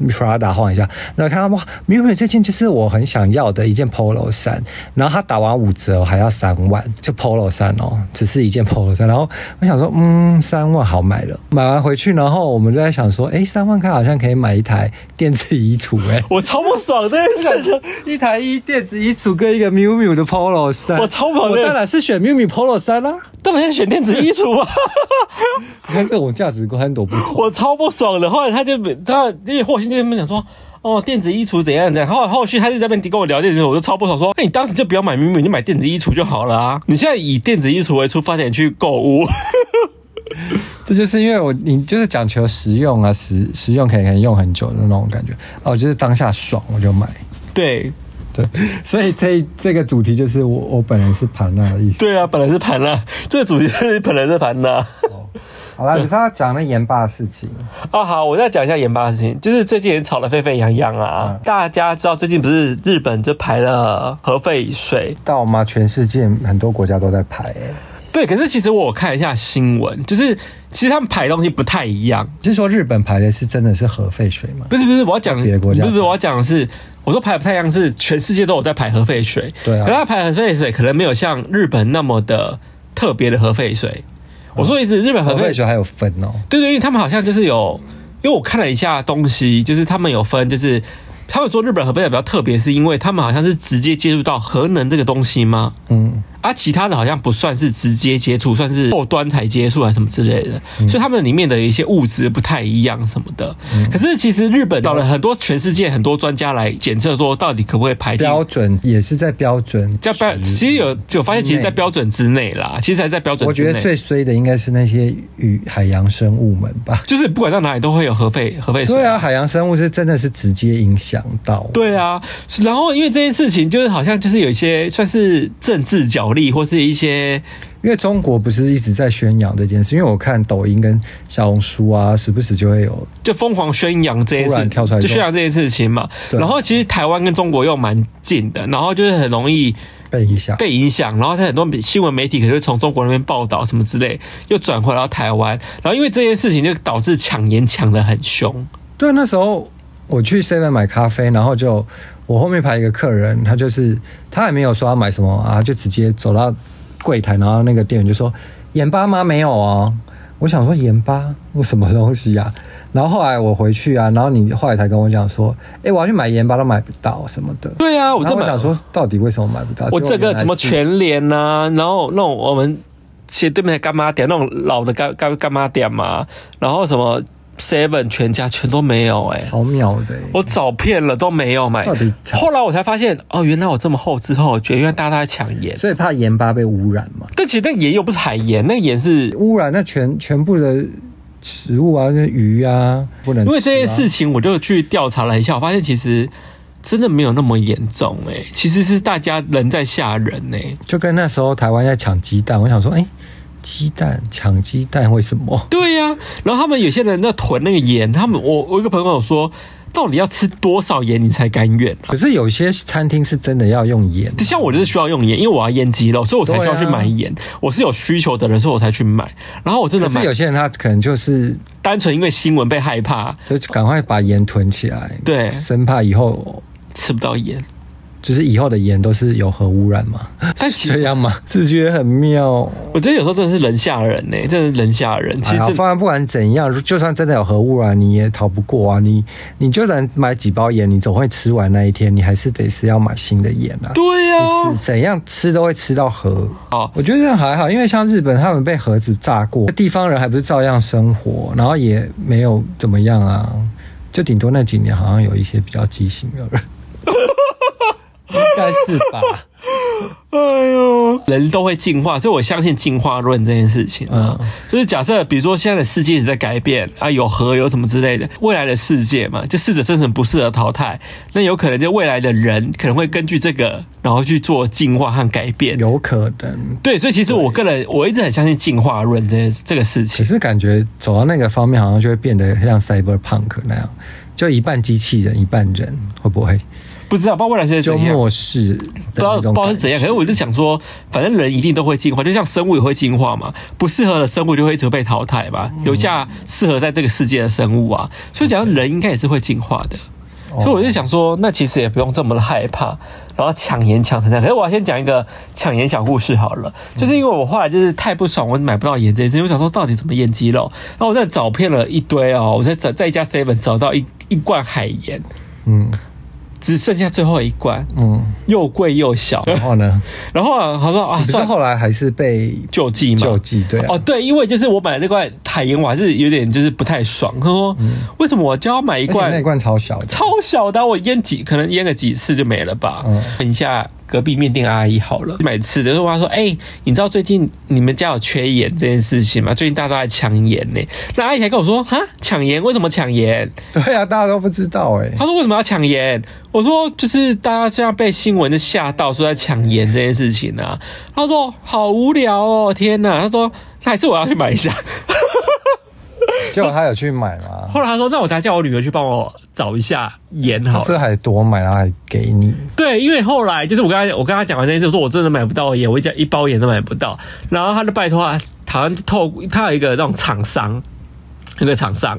Speaker 1: ，Prada 晃一下，然后看到哇，miu miu 这件就是我很想要的一件 polo 衫，然后它打完五折还要三万，就 polo 衫哦，只是一件 polo 衫。然后我想说，嗯，三万好买了，买完回去，然后我们就在想说，诶，三万块好像可以买一台电子衣橱、 诶，
Speaker 2: 我超不爽的，真的
Speaker 1: 一台一电子衣橱跟一个 miu miu 的 polo 衫，
Speaker 2: 我超跑的
Speaker 1: 我当然是选 miu miu polo 衫啦、
Speaker 2: 当然要选电子衣橱啊！
Speaker 1: 你看这种价值观多不同。
Speaker 2: 我超不爽的。后来他就他因为霍心在那边讲说。哦，电子衣橱怎样怎样？后后续他就在那边跟我聊电子衣橱，我就超不爽，说：那哎你当时就不要买明明，你买电子衣橱就好了啊！你现在以电子衣橱为出发点去购物，
Speaker 1: 这就是因为我你就是讲求实用啊，实实用可以可以用很久的那种感觉哦，就是当下爽我就买。
Speaker 2: 对
Speaker 1: 对， 所以这这个主题就是我我本人是盘纳的意思。
Speaker 2: 对啊， 本来是盘了，这个主题是本来是盘啊了。
Speaker 1: 好啦，你知道讲那盐巴的事情，
Speaker 2: 啊，好，我再讲一下盐巴的事情，就是最近也吵得沸沸扬扬啊。
Speaker 1: 嗯
Speaker 2: 大家知道最近不是日本就排了核废水？
Speaker 1: 到吗？全世界很多国家都在排、欸，
Speaker 2: 对，可是其实我有看一下新闻，就是其实他们排的东西不太一样。
Speaker 1: 你是说日本排的是真的是核废水吗？
Speaker 2: 不是不是，我要讲
Speaker 1: 别的国家
Speaker 2: 不是不是，我要讲的是，我说排得不太一样，是全世界都有在排核废水。
Speaker 1: 对啊
Speaker 2: 可是它排核废水可能没有像日本那么的特别的核废水。我说一次，日本核
Speaker 1: 哦核
Speaker 2: 废
Speaker 1: 废
Speaker 2: 水，
Speaker 1: 水还有分哦，
Speaker 2: 对对，因为他们好像就是有，因为我看了一下东西，就是他们有分，就是他们说日本核废水比较特别，是因为他们好像是直接接触到核能这个东西吗？
Speaker 1: 嗯，
Speaker 2: 啊，其他的好像不算是直接接触，算是后端才接触啊什么之类的，所以他们里面的一些物质不太一样什么的。可是其实日本到了很多全世界很多专家来检测说，到底可不可以排进。
Speaker 1: 标准也是在标准
Speaker 2: 在标，
Speaker 1: 值
Speaker 2: 其实有有发现，其实，在标准之内啦，其实还在标准
Speaker 1: 我
Speaker 2: 之
Speaker 1: 觉
Speaker 2: 内。
Speaker 1: 得最衰的应该是那些与海洋生物们吧。
Speaker 2: 就是不管到哪里都会有核废核废水。
Speaker 1: 对啊，，海洋生物是真的是直接影响到。
Speaker 2: 对啊。然后因为这件事情，就是好像就是有一些算是政治角力，或是一些
Speaker 1: 因为中国不是一直在宣扬这件事，因为我看抖音跟小红书啊，时不时就会有
Speaker 2: 就疯狂宣扬这件
Speaker 1: 突
Speaker 2: 事，
Speaker 1: 然跳出来
Speaker 2: 就
Speaker 1: 说
Speaker 2: 宣扬这件事情嘛。
Speaker 1: 对
Speaker 2: 然后其实台湾跟中国又蛮近的，然后就是很容易
Speaker 1: 被影响。
Speaker 2: 被影响，然后很多新闻媒体可能会从中国那边报道什么之类，又转回到台湾，然后因为这件事情就导致抢盐抢得很凶。
Speaker 1: 对，那时候我去 Seven 买咖啡，然后就我后面排一个客人，他就是他也没有说要买什么啊，就直接走到柜台，然后那个店员就说：“盐巴吗？没有哦。”我想说盐巴我什么东西啊？然后后来我回去啊，然后你后来才跟我讲说：“诶，我要去买盐巴都买不到什么的。”
Speaker 2: 对啊，我
Speaker 1: 然
Speaker 2: 这
Speaker 1: 后
Speaker 2: 么
Speaker 1: 我想说，到底为什么买不到？
Speaker 2: 我
Speaker 1: 结果
Speaker 2: 这个
Speaker 1: 原来
Speaker 2: 什么
Speaker 1: 是
Speaker 2: 全联呐、然后那种我们斜对面的干妈店，那种老的干干干妈店嘛，然后什么 Seven 全家全都没有哎、
Speaker 1: 超妙的欸、
Speaker 2: 我找遍了都没有买
Speaker 1: 到底，炒
Speaker 2: 后来我才发现哦，原来我这么厚之后，觉得原来大家都在抢盐，
Speaker 1: 所以怕盐巴被污染嘛？
Speaker 2: 但其实那盐又不是海盐，那盐是
Speaker 1: 污染那全全部的食物啊，那鱼啊，不能、
Speaker 2: 因为这件事，情，我就去调查了一下，我发现其实真的没有那么严重哎、其实是大家人在吓人哎、
Speaker 1: 就跟那时候台湾在抢鸡蛋，我想说，哎、鸡蛋抢鸡蛋为什么？
Speaker 2: 对呀、然后他们有些人在囤那个盐，他们我我一个朋友说，到底要吃多少盐你才甘愿啊？
Speaker 1: 可是有些餐厅是真的要用盐，
Speaker 2: 像我就是需要用盐，因为我要腌鸡肉，所以我才需要去买盐。我是有需求的人，所以我才去买。然后我真的
Speaker 1: 啊可是
Speaker 2: 买
Speaker 1: 有，些人他可能就是
Speaker 2: 单纯因为新闻被害怕
Speaker 1: 就赶快把盐囤起来，
Speaker 2: 对
Speaker 1: 生怕以后
Speaker 2: 吃不到盐。
Speaker 1: 就是以后的盐都是有核污染吗？
Speaker 2: 但其
Speaker 1: 是这样吗？是觉得很妙。
Speaker 2: 我觉得有时候真的是人吓人呢、真的是人吓人。其
Speaker 1: 其
Speaker 2: 实
Speaker 1: 实
Speaker 2: 真
Speaker 1: 方案不管怎样，就算真的有核污染，你也逃不过啊。你你就算买几包盐，你总会吃完那一天，你还是得是要买新的盐啊。
Speaker 2: 对呀、
Speaker 1: 是怎样吃都会吃到核。
Speaker 2: 好
Speaker 1: 我觉得这样还好，因为像日本他们被核子炸过，地方人还不是照样生活，然后也没有怎么样啊，就顶多那几年好像有一些比较畸形的人，应该是吧？
Speaker 2: 哎呦，人都会进化，所以我相信进化论这件事情啊，
Speaker 1: 嗯
Speaker 2: 就是假设比如说现在的世界一直在改变啊，有核有什么之类的，未来的世界嘛，就适者生存，不适合淘汰，那有可能就未来的人可能会根据这个，然后去做进化和改变。
Speaker 1: 有可能。
Speaker 2: 对，所以其实我个人我一直很相信进化论这件这个事
Speaker 1: 可
Speaker 2: 情。
Speaker 1: 是感觉走到那个方面，好像就会变得像 cyberpunk 那样，就一半机器人，一半人，会不会
Speaker 2: 不知道，不知道未来是
Speaker 1: 就
Speaker 2: 怎样，
Speaker 1: 末世的
Speaker 2: 不知
Speaker 1: 那
Speaker 2: 道不知
Speaker 1: 种
Speaker 2: 道是
Speaker 1: 感
Speaker 2: 怎样。
Speaker 1: 觉？
Speaker 2: 可是我就想说，反正人一定都会进化，就像生物也会进化嘛，不适合的生物就会一直被淘汰嘛，留下适合在这个世界的生物啊。所以讲人应该也是会进化的。
Speaker 1: 哦
Speaker 2: 所以我就想说，那其实也不用这么的害怕，然后抢盐抢成这样。可是我要先讲一个抢盐小故事好了，就是因为我后来就是太不爽，我买不到盐这件事，我想说到底怎么腌鸡肉，然后我在找遍了一堆哦，我在在在一家 seven 找到一一罐海盐，
Speaker 1: 嗯
Speaker 2: 只剩下最后一罐，
Speaker 1: 嗯，
Speaker 2: 又贵又小。
Speaker 1: 然后 呢？
Speaker 2: 然后啊，他说啊，
Speaker 1: 可是
Speaker 2: 算
Speaker 1: 后来还是被
Speaker 2: 救济嘛，
Speaker 1: 救济对啊
Speaker 2: 哦，对，因为就是我买了那罐海盐，我还是有点就是不太爽。他说，为什么我就要哦买一
Speaker 1: 嗯而且那
Speaker 2: 罐
Speaker 1: 一罐超小的，
Speaker 2: 超小的啊？我腌几可能腌个几次就没了吧？
Speaker 1: 嗯
Speaker 2: 问一下隔壁面店阿姨好了，买吃的。就问她说，哎、你知道最近你们家有缺盐这件事情吗？最近大家都在抢盐呢。那阿姨还跟我说，哈，抢盐？为什么抢盐？
Speaker 1: 对啊，大家都不知道哎、
Speaker 2: 他说为什么要抢盐？我说就是大家现在被新闻就吓到，说在抢盐这件事情啊。他说好无聊哦，天哪！他说那还是我要去买一下。
Speaker 1: 结果他有去买吗？
Speaker 2: 后来他说那我等下叫我女儿去帮我找一下盐好了。
Speaker 1: 是还多买，然后还给你，
Speaker 2: 对，因为后来就是我跟他我跟他讲完这件事，我说我真的买不到盐，我一家一包盐都买不到。然后他就拜托啊，好像透他有一个那种厂商，有个厂商，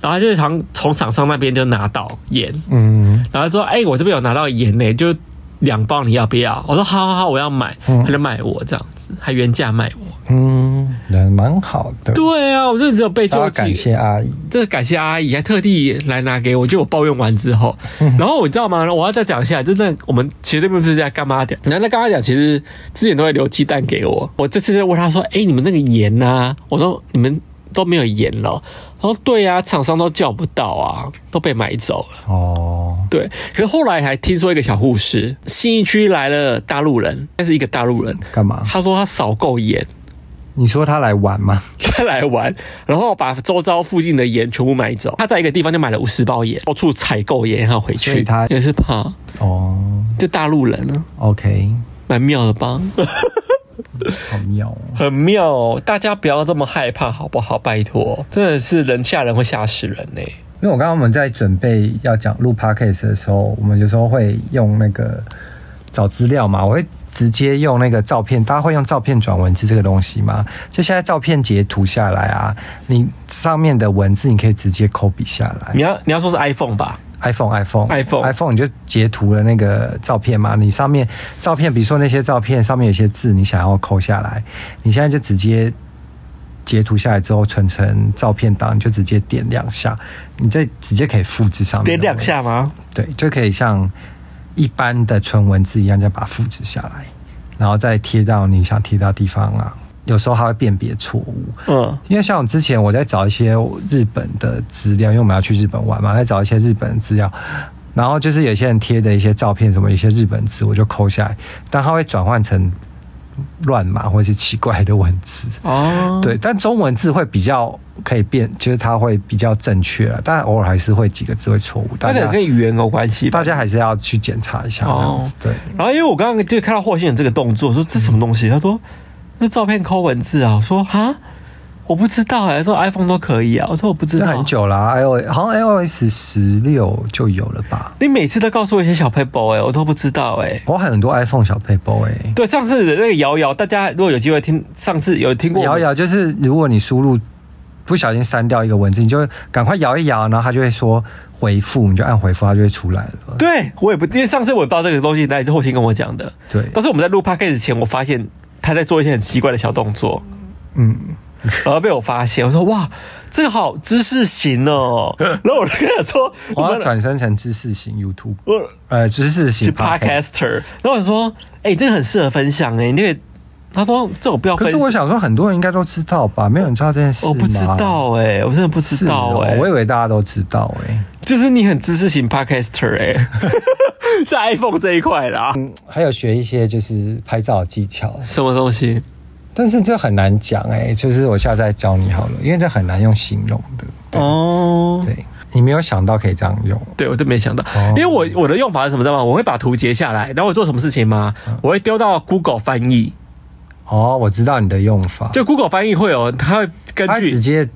Speaker 2: 然后他就是好像从厂商那边就拿到盐，
Speaker 1: 嗯，
Speaker 2: 然后说：“哎、我这边有拿到盐呢、就两包，你要不要？”我说：“好好好，我要买。他就卖我这样子，还原价卖我。
Speaker 1: 嗯，人蛮好的。
Speaker 2: 对啊，我真的只有被
Speaker 1: 大
Speaker 2: 救
Speaker 1: 家感
Speaker 2: 济。
Speaker 1: 谢阿姨，
Speaker 2: 这感谢阿姨还特地来拿给我，就我抱怨完之后，然后我知道吗？我要再讲一下，就是那我们其实那边不是在干妈店，然后那干妈店其实之前都会留鸡蛋给我，我这次就问他说：“哎、你们那个盐呐、我说：“你们都没有盐了。”他说：“对啊，厂商都叫不到啊，都被买走了。”
Speaker 1: 哦，
Speaker 2: 对，可是后来还听说一个小故事，信义区来了大陆人，但是一个大陆人，
Speaker 1: 干嘛？
Speaker 2: 他说他扫够盐，
Speaker 1: 你说他来玩吗？
Speaker 2: 他来玩，然后把周遭附近的盐全部买走。他在一个地方就买了五十包盐，到处采购盐，然后回
Speaker 1: 所
Speaker 2: 去。
Speaker 1: 以他
Speaker 2: 也是怕，
Speaker 1: 哦
Speaker 2: 就大陆人啊，
Speaker 1: ，OK，
Speaker 2: 蛮妙的吧？
Speaker 1: 好妙哦。
Speaker 2: 很妙、哦，大家不要这么害怕，好不好？拜托，真的是人吓人会吓死人呢、
Speaker 1: 因为我刚刚我们在准备要讲录 podcast 的时候，我们有时候会用那个找资料嘛，我会直接用那个照片，大家会用照片转文字这个东西吗？就现在照片截图下来啊，你上面的文字你可以直接 copy 下来
Speaker 2: 你要你要说是 iPhone 吧？
Speaker 1: ，iPhone iPhone
Speaker 2: iPhone
Speaker 1: iPhone 你就截图了那个照片嘛，你上面照片，比如说那些照片上面有些字你想要抠下来，你现在就直接。截图下来之后存成照片档，你就直接点两下，你再直接可以复制上面。
Speaker 2: 点两下？吗？
Speaker 1: 对，就可以像一般的纯文字一样，再把它复制下来，然后再贴到你想贴到的地方啊。有时候它会辨别错误，
Speaker 2: 嗯，
Speaker 1: 因为像我之前我在找一些日本的资料，因为我们要去日本玩嘛，在找一些日本的资料。然后就是有些人贴的一些照片，什么一些日本字，我就抠下来，但它会转换成乱码或是奇怪的文字。
Speaker 2: 哦，
Speaker 1: 对，但中文字会比较可以变，就是它会比较正确了，但偶尔还是会几个字会错误。
Speaker 2: 那
Speaker 1: 大
Speaker 2: 可能
Speaker 1: 家
Speaker 2: 跟语言有关系吧
Speaker 1: 大？家还是要去检查一下这样子。对，
Speaker 2: 然后因为我刚刚就看到霍信有这个动作，我说这什么东西？他说那照片抠文字啊。我说哈，我不知道哎、他说 iPhone 都可以啊。我说我不知
Speaker 1: 这
Speaker 2: 道。
Speaker 1: 很。久啦、i o 好像 iOS 十六就有了吧？
Speaker 2: 你每次都告诉我一些小 paper 哎、我都不知道哎、
Speaker 1: 我很多 iPhone 小 paper 哎、欸。
Speaker 2: 对，上次的那个瑶瑶，大家如果有机会听，上次有听过
Speaker 1: 摇摇就是，如果你输入不小心删掉一个文字，你就赶快摇一摇，然后它就会说回复，你就按回复，它就会出来了。
Speaker 2: 对我也不，因为上次我也不知道这个东西，那也是后期跟我讲的。
Speaker 1: 对
Speaker 2: 但是我们在录 podcast 前，我发现他在做一些很奇怪的小动作，
Speaker 1: 嗯，
Speaker 2: 然后被我发现，我说哇，这个好知识型哦。然后我就跟他说，
Speaker 1: 我
Speaker 2: 我
Speaker 1: 要
Speaker 2: 们
Speaker 1: 转身成知识型 YouTube，
Speaker 2: 我
Speaker 1: 呃，知识型
Speaker 2: 去 podcaster，然后我说，哎、你这个很适合分享哎、你那个他说这我不要
Speaker 1: 可
Speaker 2: 分
Speaker 1: 是我想说，很多人应该都知道吧？没有人知道这件事吗？
Speaker 2: 我不知道哎、我真的不知
Speaker 1: 是哦，
Speaker 2: 道哎、
Speaker 1: 我以为大家都知道哎、
Speaker 2: 就是你很知识型 podcaster 哎、 在 iPhone 这一块啦，
Speaker 1: 嗯，还有学一些就是拍照的技巧，
Speaker 2: 什么东西？
Speaker 1: 但是这很难讲哎、就是我下次再教你好了，因为这很难用形容的。对、
Speaker 2: 哦，
Speaker 1: 对，你没有想到可以这样用，
Speaker 2: 对，我真没想到，
Speaker 1: 哦
Speaker 2: 因为我我的用法是什么知道吗？我会把图截下来，然后我做什么事情吗？我会丢到 Google 翻译，
Speaker 1: 哦，我知道你的用法，
Speaker 2: 就 Google 翻译会有，它会根
Speaker 1: 它直
Speaker 2: 据，
Speaker 1: 接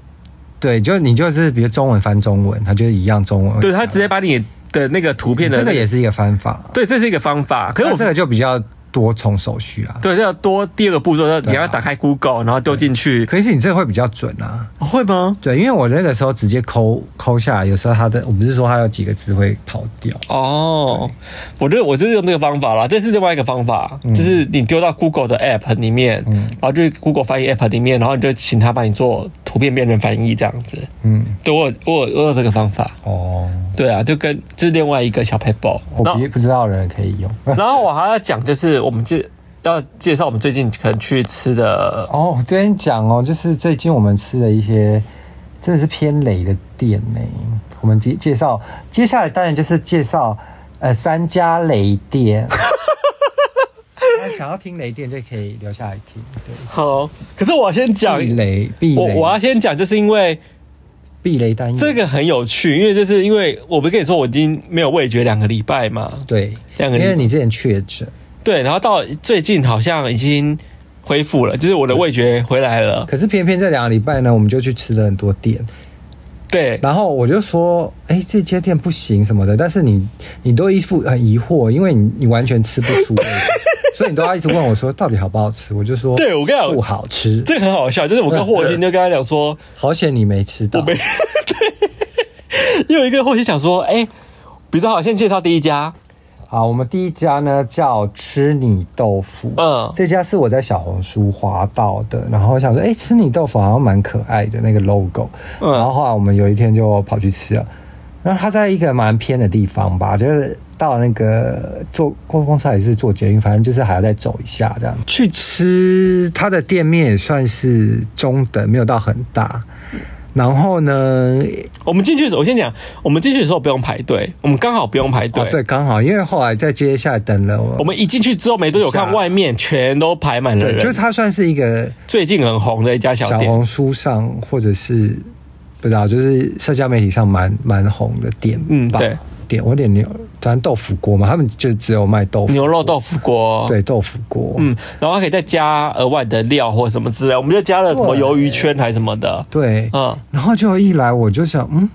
Speaker 1: 对，就你就是比如中文翻中文，它就是一样中文，
Speaker 2: 对，它直接把你的那个图片的
Speaker 1: 这个也
Speaker 2: 是，
Speaker 1: 是一个翻法，
Speaker 2: 对，这是一个方法。可是
Speaker 1: 那
Speaker 2: 我
Speaker 1: 这个就比较多重手续啊。
Speaker 2: 对要多第二个步骤，要你
Speaker 1: 啊
Speaker 2: 要打开 Google，然后丢进去，
Speaker 1: 可是你这个会比较准啊，
Speaker 2: 会吗？
Speaker 1: 对，因为我那个时候直接抠抠下来，有时候它的我不是说它有几个字会跑掉，
Speaker 2: 哦，我就我就是用这个方法啦，这是另外一个方法，
Speaker 1: 嗯
Speaker 2: 就是你丢到 Google 的 App 里面，然后就是 Google 翻译 App 里面，然后你就请他帮你做图片辨认翻译这样子。
Speaker 1: 嗯，
Speaker 2: 对我有我有我有这个方法，
Speaker 1: 哦，
Speaker 2: 对啊，就跟这是另外一个小 paper。然
Speaker 1: 我
Speaker 2: 后
Speaker 1: 别不知道的人可以用。
Speaker 2: 然后我还要讲，就是我们介要介绍我们最近可能去吃的，
Speaker 1: 哦，我跟你讲哦，就是最近我们吃的一些真的是偏雷的店呢、我们介介绍，接下来当然就是介绍呃三家雷店。大家想要听雷店就可以留下来听，对，
Speaker 2: 好，可是我要先讲，
Speaker 1: 避雷避
Speaker 2: 我
Speaker 1: 雷，
Speaker 2: 我要先讲，就是因为。
Speaker 1: 避雷单元
Speaker 2: 这个很有趣，因为就是因为我不是跟你说我已经没有味觉两个礼拜嘛，
Speaker 1: 对，
Speaker 2: 两个
Speaker 1: 因
Speaker 2: 礼拜
Speaker 1: 为你之前确诊，
Speaker 2: 对，然后到最近好像已经恢复了，就是我的味觉回来了，
Speaker 1: 可是偏偏这两个礼拜呢，我们就去吃了很多店，
Speaker 2: 对，
Speaker 1: 然后我就说，哎，这家店不行什么的，但是你你都一副很疑惑，因为你你完全吃不出 味，所以你都要一直问我说到底好不好吃，我就说
Speaker 2: 对我跟你讲
Speaker 1: 不好吃，
Speaker 2: 这个很好笑，就是我跟霍金就跟他讲说，
Speaker 1: 好险你没吃到，
Speaker 2: 没因为我一个霍金想说，哎、比如说好，先介绍第一家，
Speaker 1: 好，我们第一家呢叫吃你豆腐，
Speaker 2: 嗯
Speaker 1: 这家是我在小红书滑到的，然后我想说，哎、吃你豆腐好像蛮可爱的那个 logo，、
Speaker 2: 嗯
Speaker 1: 然后后来我们有一天就跑去吃了，然后它在一个蛮偏的地方吧，就是到那个坐公公司还是坐捷运，反正就是还要再走一下这样去吃。它的店面也算是中等，没有到很大。然后呢，
Speaker 2: 我们进去的时候，我先讲，我们进去的时候不用排队，我们刚好不用排队、
Speaker 1: 哦对，刚好因为后来在接下来等了我
Speaker 2: 我们一进去之后没多久，
Speaker 1: 下
Speaker 2: 看外面全都排满了
Speaker 1: 对，就是
Speaker 2: 人。
Speaker 1: 它算是一个
Speaker 2: 最近很红的一家小
Speaker 1: 小
Speaker 2: 店，
Speaker 1: 红书上或者是不知道，就是社交媒体上蛮蛮红的店吧，
Speaker 2: 嗯对
Speaker 1: 店我有点牛，咱豆腐锅嘛，他们就只有卖豆腐
Speaker 2: 牛肉豆腐锅，，
Speaker 1: 对豆腐锅，
Speaker 2: 嗯，然后还可以再加额外的料或什么之类，我们就加了什么
Speaker 1: 对
Speaker 2: 鱿鱼圈还是什么的，
Speaker 1: 对，
Speaker 2: 嗯。
Speaker 1: 然后就一来我就想，嗯，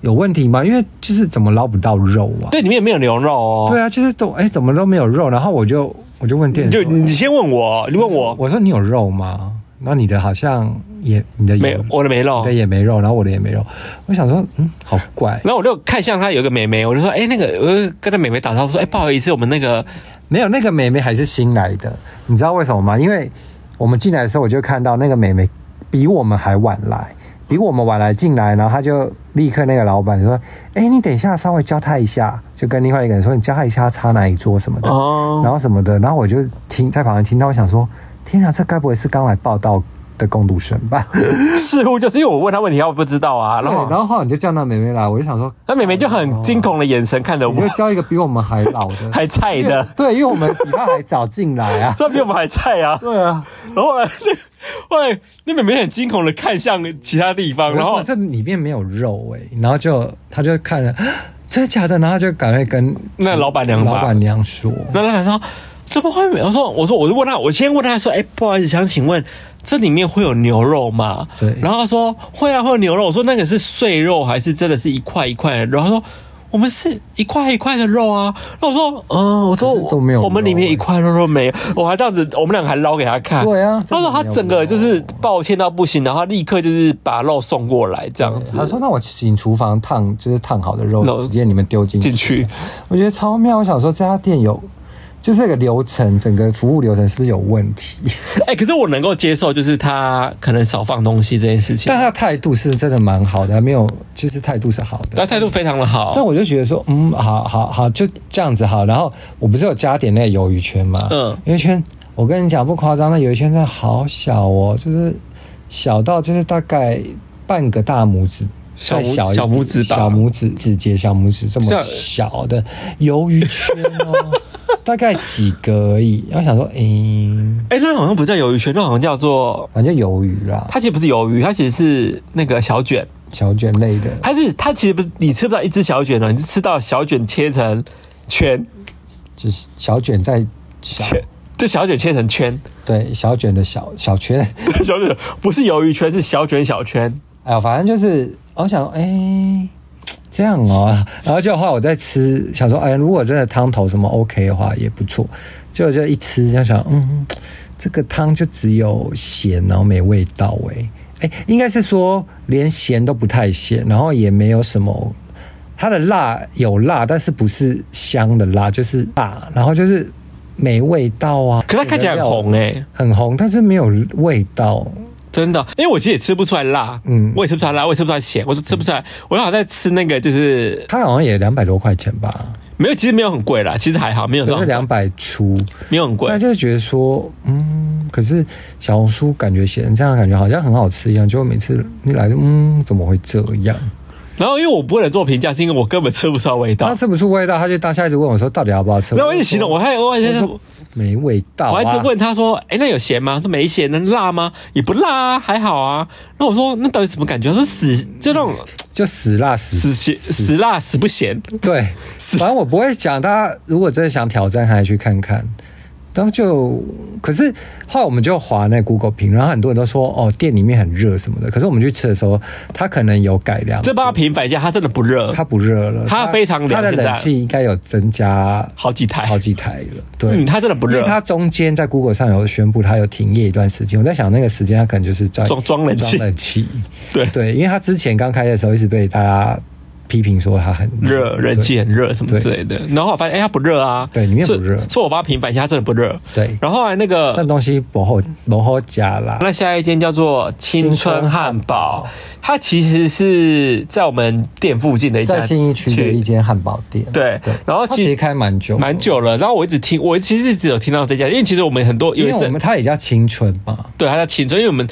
Speaker 1: 有问题吗？因为就是怎么捞不到肉啊？
Speaker 2: 对，里面没有牛肉哦。
Speaker 1: 对啊，就是都哎、怎么都没有肉，然后我就我就问店
Speaker 2: 就
Speaker 1: 员说，
Speaker 2: 你先问我，你问我，
Speaker 1: 我说你有肉吗？然后你的好像也你的也
Speaker 2: 没有我的没
Speaker 1: 你
Speaker 2: 肉
Speaker 1: 的。也没肉，然后我的也没肉，我想说，嗯，好怪，
Speaker 2: 然后我就看向他有一个妹妹，我就说，哎、那个，我就跟那妹妹打招呼说，哎、不好意思，我们那个，
Speaker 1: 没有，那个妹妹还是新来的，你知道为什么吗？因为我们进来的时候，我就看到那个妹妹比我们还晚来，比我们晚来进来，然后她就立刻那个老板说：“哎，你等一下，稍微教她一下。”就跟另外一个人说：“你教她一下，她插哪一桌什么的，
Speaker 2: 哦
Speaker 1: 然后什么的。”然后我就听在旁边听到，我想说：“天啊，这该不会是刚来报道的工读生吧？”
Speaker 2: 呃似乎就是因为我问他问题，他不知道啊。
Speaker 1: 对，
Speaker 2: 然
Speaker 1: 然
Speaker 2: 后
Speaker 1: 后后来你就叫那妹妹来，我就想说，
Speaker 2: 那妹妹就很惊恐的眼神看着
Speaker 1: 你
Speaker 2: 我，
Speaker 1: 就，教一个比我们还老的
Speaker 2: 还菜的，。
Speaker 1: 对，因为我们比她还早进来啊
Speaker 2: 这比我们还菜啊。
Speaker 1: 对啊，
Speaker 2: 然后后来， 后来那妹妹很惊恐的看向其他地方，
Speaker 1: 然
Speaker 2: 然
Speaker 1: 后
Speaker 2: 后
Speaker 1: 这里面没有肉哎、然后就他就看 了，真的假的？然后就赶快跟
Speaker 2: 那老板娘吧
Speaker 1: 老板娘说，
Speaker 2: 那老板说。怎么会没有？我说，我说，我就问他，我先问他说，哎、不好意思，想请问这里面会有牛肉吗？
Speaker 1: 对
Speaker 2: 然后他说会啊，会有牛肉。我说那个是碎肉还是真的是一块一块的肉？他说我们是一块一块的肉啊。那我说，嗯、我说
Speaker 1: 可是都没有
Speaker 2: 我们
Speaker 1: 肉
Speaker 2: 里面
Speaker 1: 欸
Speaker 2: 一块肉都没有。我还这样子，我们两个还捞给他看。
Speaker 1: 对啊
Speaker 2: 他说他
Speaker 1: 真的没有
Speaker 2: 整个就是抱歉到不行，然后他立刻就是把肉送过来这样子
Speaker 1: 他说：“那我请厨房烫，就是烫好的肉，
Speaker 2: 肉
Speaker 1: 直接你们丢进去
Speaker 2: 进去。
Speaker 1: 我觉得超妙。我想说这家店有，就是这个流程，整个服务流程是不是有问 题？
Speaker 2: 哎、可是我能够接受，就是他可能少放东西这件事情
Speaker 1: 但，他的态度是真的蛮好的，没有，就是态度是好的。
Speaker 2: 他态度非常的好
Speaker 1: 但。我就觉得说，嗯，好好好，就这样子好。然后我不是有加点那个鱿鱼圈吗？
Speaker 2: 嗯
Speaker 1: 鱿鱼圈，我跟你讲不夸张，那鱿鱼圈真的好小哦，就是小到就是大概半个大拇指。
Speaker 2: 小拇
Speaker 1: 再一
Speaker 2: 小拇指吧
Speaker 1: 小拇指指节、小拇指这么
Speaker 2: 像
Speaker 1: 小的鱿鱼圈哦， 大概几个而已。然后想说，嗯，
Speaker 2: 哎、那好像不叫鱿鱼圈，那好像叫做
Speaker 1: 反正鱿鱼啦，
Speaker 2: 它其实不是鱿鱼，它其实是那个小卷。
Speaker 1: 小卷类的，
Speaker 2: 它是它其实不是你吃不到一只小卷哦，你是吃到小卷切成圈
Speaker 1: 就是小卷在小，
Speaker 2: 圈，这小 卷切成圈，
Speaker 1: 对，小卷的小小圈。
Speaker 2: 小卷不是鱿鱼圈，是小卷小圈。
Speaker 1: 哎呦，反正就是我想，哎、这样哦、 然后就的话，我在吃，想说，哎，如果真的汤头什么 OK 的话，也不错。结果就一吃，就想，嗯，这个汤就只有咸，然后没味道、哎，哎，应该是说连咸都不太咸，然后也没有什么。它的辣有辣，但是不是香的辣，就是辣，然后就是没味道啊。
Speaker 2: 可它看起来很红哎、
Speaker 1: 很红，但是没有味道。
Speaker 2: 真的，因为我其实也吃不出来辣，嗯
Speaker 1: 嗯，
Speaker 2: 我也吃不出来辣，我也吃不出来咸，我是吃不出来。我好像在吃那个，就是
Speaker 1: 它好像也两百多块钱吧。
Speaker 2: 没有，其实没有很贵啦，其实还好，没有
Speaker 1: 就是
Speaker 2: 那
Speaker 1: 两
Speaker 2: 种
Speaker 1: 百出，
Speaker 2: 没有很贵
Speaker 1: 但。就是觉得说，嗯，可是小红书感觉写成这样，感觉好像很好吃一样，结果每次你来，嗯，怎么会这样？
Speaker 2: 然后因为我不能做评价，是因为我根本吃不出来味道
Speaker 1: 他。吃不出味道，他就当下一直问我说，到底要不要吃？
Speaker 2: 然后我啊一直形容，我还我还
Speaker 1: 我说没味道、啊，
Speaker 2: 我还一直问他说：“哎、那有咸吗？”他说：“没咸，那辣吗？也不辣啊，还好啊。”那我说：“那到底什么感觉？”他说：“死，就那种
Speaker 1: 就死辣死
Speaker 2: 死咸、死辣、死不咸。
Speaker 1: 对，反正我不会讲。大家如果真的想挑战，还去看看。然后就，可是后来我们就划那 Google 评论，然后很多人都说哦，店里面很热什么的。可是我们去吃的时候，它可能有改良”
Speaker 2: 这帮他平反一下，他真的不热，
Speaker 1: 它不热了，
Speaker 2: 它非常凉
Speaker 1: 它的
Speaker 2: 现在
Speaker 1: 冷气应该有增加
Speaker 2: 好几台，
Speaker 1: 好几台了。对，
Speaker 2: 嗯，他真的不
Speaker 1: 因为
Speaker 2: 热，
Speaker 1: 它中间在 Google 上有宣布它有停业一段时间，我在想那个时间它可能就是在
Speaker 2: 装装冷气
Speaker 1: 装冷气。
Speaker 2: 对
Speaker 1: 对，因为它之前刚开的时候一直被大家批评说它很
Speaker 2: 热，人气很热什么
Speaker 1: 对
Speaker 2: 之类的。然后我发现，哎、他不热啊，
Speaker 1: 对里面不热
Speaker 2: 所以所以我帮他平反一下，他真的不热。
Speaker 1: 对
Speaker 2: 然后后来那个
Speaker 1: 但东西不好不好加啦。
Speaker 2: 那下一间叫做青春汉堡，它其实是在我们店附近的一
Speaker 1: 在
Speaker 2: 家
Speaker 1: 新一区的一间汉堡店，
Speaker 2: 对然后
Speaker 1: 它其
Speaker 2: 其
Speaker 1: 实开蛮久，
Speaker 2: 蛮，久了。然后我一直听，我其实只有听到这家，因为其实我们很多
Speaker 1: 因
Speaker 2: 有
Speaker 1: 为
Speaker 2: 一
Speaker 1: 我
Speaker 2: 阵
Speaker 1: 们它也叫青春嘛。
Speaker 2: 对它叫青春，因为我们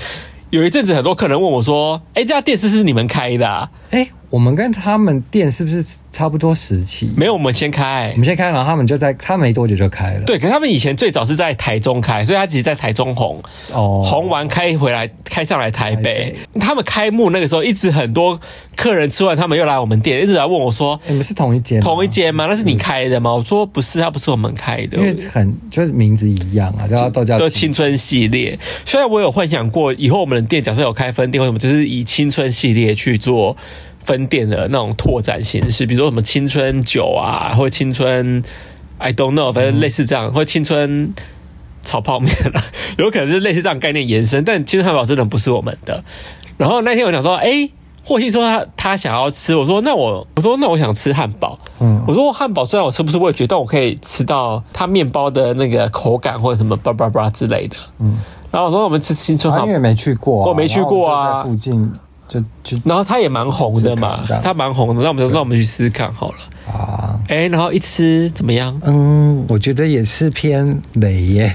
Speaker 2: 有一阵子很多客人问我说：“哎、这家店是不是你们开的、啊？”
Speaker 1: 哎，我们跟他们店是不是差不多时期？
Speaker 2: 没有，我们先开
Speaker 1: 我。们先开，然后他们就在他没多久就开了。
Speaker 2: 对，可是他们以前最早是在台中开，所以他其实在台中红，
Speaker 1: 哦，
Speaker 2: 红完开回来，开上来台北。他们开幕那个时候，一直很多客人吃完，他们又来我们店，一直来问我说
Speaker 1: 你们是同一间，
Speaker 2: 同一，间吗？那是你开的吗？我说不是，它不是我们开的
Speaker 1: 因。为很就是名字一样啊，叫都叫
Speaker 2: 都青春系列，虽然我有幻想过以后我们的店假设有开分店或什么，就是以青春系列去做分店的那种拓展形式，比如说什么青春酒啊，或青春 I don't know，反正类似这样，或青春炒泡面啊，有可能是类似这样概念延伸。但青春汉堡真的不是我们的。然后那天我想说，哎、霍信说他他想要吃，我说那我我说那我想吃汉堡，嗯
Speaker 1: 嗯，
Speaker 2: 我说汉堡虽然我吃不出味觉，但我可以吃到它面包的那个口感或者什么叭叭叭之类的，嗯。然后我说我们吃青春汉
Speaker 1: 啊，
Speaker 2: 堡
Speaker 1: 因为，没去过啊，
Speaker 2: 我没去过啊
Speaker 1: 然后我们就在附近就就
Speaker 2: 然后它也蛮红的
Speaker 1: 试
Speaker 2: 嘛
Speaker 1: 试看这，样
Speaker 2: 它蛮红的。那我们就那我们去试试看好了。
Speaker 1: 啊，
Speaker 2: 哎，然后一吃怎么样？
Speaker 1: 嗯，我觉得也是偏雷耶。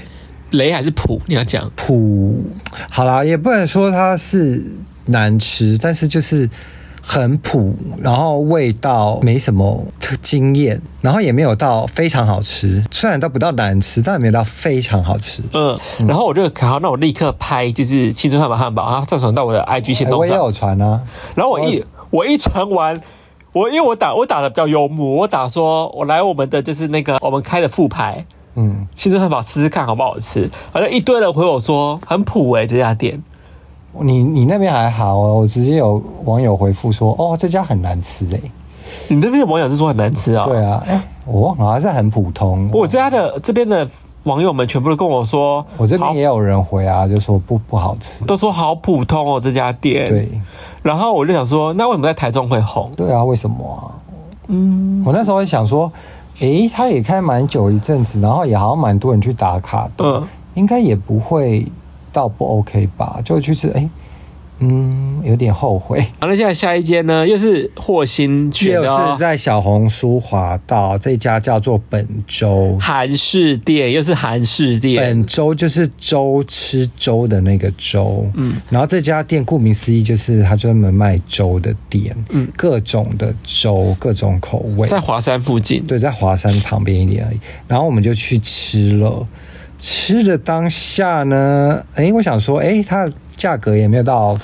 Speaker 2: 雷还是普？你要讲
Speaker 1: 普，好啦，也不能说它是难吃，但是就是很普，然后味道没什么特惊艳，然后也没有到非常好吃，虽然到不到难吃，但也没有到非常好吃。
Speaker 2: 嗯，然后我就好，那我立刻拍就是青春汉堡汉堡，然后上传到我的 IG 线
Speaker 1: 哎
Speaker 2: 动
Speaker 1: 我也
Speaker 2: 上。
Speaker 1: 有传啊，
Speaker 2: 然后我一我一传完，我因为我打我打的比较幽默，我打说我来我们的就是那个我们开的副牌
Speaker 1: 嗯，
Speaker 2: 青春汉堡试试看好不好吃，好像一堆人回我说很普哎、这家店，
Speaker 1: 啊你你那边还好哦，我直接有网友回复说，哦，这家很难吃哎、
Speaker 2: 你这边的网友是说很难吃啊？
Speaker 1: 对啊，哎我忘了，好像是很普通。
Speaker 2: 我家的这边的网友们全部都跟我说，
Speaker 1: 我这边
Speaker 2: 好
Speaker 1: 也有人回啊，就说不不好吃。
Speaker 2: 都说好普通哦这家店。
Speaker 1: 对，
Speaker 2: 然后我就想说，那为什么在台中会红？
Speaker 1: 对啊，为什么啊？嗯，我那时候想说，诶、他也开蛮久一阵子，然后也好像蛮多人去打卡的，
Speaker 2: 嗯
Speaker 1: 应该也不会到不 OK 吧？就去吃，诶、嗯，有点后悔。
Speaker 2: 好，那现在下一间呢，又是霍心
Speaker 1: 也
Speaker 2: 选
Speaker 1: 有啊
Speaker 2: 的
Speaker 1: 是
Speaker 2: 哦
Speaker 1: 在小红书滑到这家叫做本周，
Speaker 2: 韩式店，又是韩式店。
Speaker 1: 本周就是粥吃粥的那个粥，嗯，然后这家店顾名思义就是它专门卖粥的店，嗯，各种的粥，各种口味，
Speaker 2: 在华山附近，
Speaker 1: 对，在华山旁边一点而已。然后我们就去吃了，吃的当下呢，诶，我想说，诶，它的价格也没有到，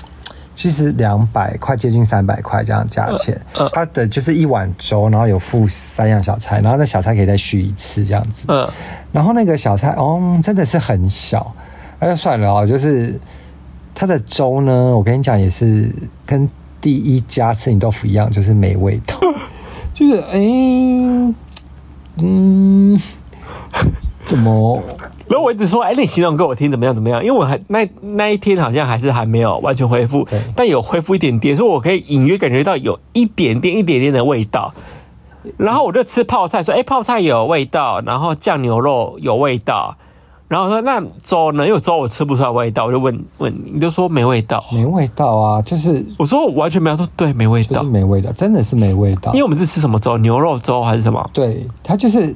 Speaker 1: 其实两百块接近三百块这样价钱。它的就是一碗粥，然后有附三样小菜，然后那小菜可以再续一次这样子。
Speaker 2: 嗯，
Speaker 1: 然后那个小菜，哦，真的是很小，那就算了哦，就是它的粥呢，我跟你讲也是跟第一家吃你豆腐一样，就是没味道， 就是哎、嗯，怎么？
Speaker 2: 然后我一直说，哎、你形容给我听怎么样怎么样？因为我还那那一天好像还是还没有完全恢复
Speaker 1: 对，
Speaker 2: 但有恢复一点点，所以我可以隐约感觉到有一点点、一点点的味道。然后我就吃泡菜，说，哎、泡菜有味道，然后酱牛肉有味道。然后我说那粥呢？因为粥我吃不出来味道，我就问问你，你就说没味道。哦
Speaker 1: 没味道啊，就是
Speaker 2: 我说我完全没有说对，没味
Speaker 1: 就是
Speaker 2: 道。
Speaker 1: 没味道，真的是没味道
Speaker 2: 因为。我们是吃什么粥？牛肉粥还是什么？
Speaker 1: 对，它就是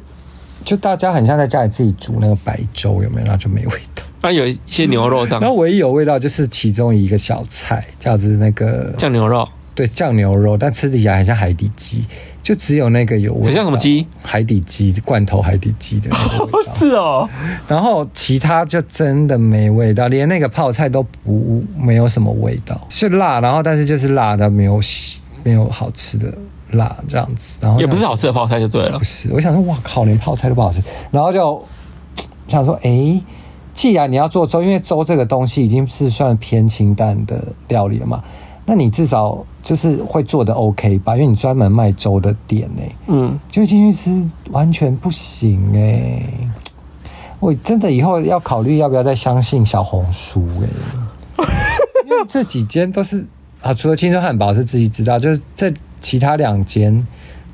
Speaker 1: 就大家很像在家里自己煮那个白粥，有没有？那就没味道。
Speaker 2: 啊，有一些牛肉这
Speaker 1: 然后
Speaker 2: 样，
Speaker 1: 唯一有味道就是其中一个小菜，叫做那个
Speaker 2: 酱牛肉。
Speaker 1: 对酱牛肉，但吃起来很像海底鸡，就只有那个有味道。
Speaker 2: 很像什么鸡？。
Speaker 1: 海底鸡罐头海底鸡的那个味道
Speaker 2: 是哦，
Speaker 1: 然后其他就真的没味道，连那个泡菜都不没有什么味道，是辣，然后但是就是辣的没有没有好吃的辣这样子。然后
Speaker 2: 也不是
Speaker 1: 那
Speaker 2: 好吃的泡菜就对了
Speaker 1: 不。是，我想说哇靠，连泡菜都不好吃，然后就想说诶，既然你要做粥，因为粥这个东西已经是算偏清淡的料理了嘛，那你至少就是会做的 OK 吧？因为你专门卖粥的店呢、
Speaker 2: 嗯，
Speaker 1: 就进去吃完全不行哎、我真的以后要考虑要不要再相信小红书哎、因为这几间都是啊，除了青州汉堡是自己知道，就是这其他两间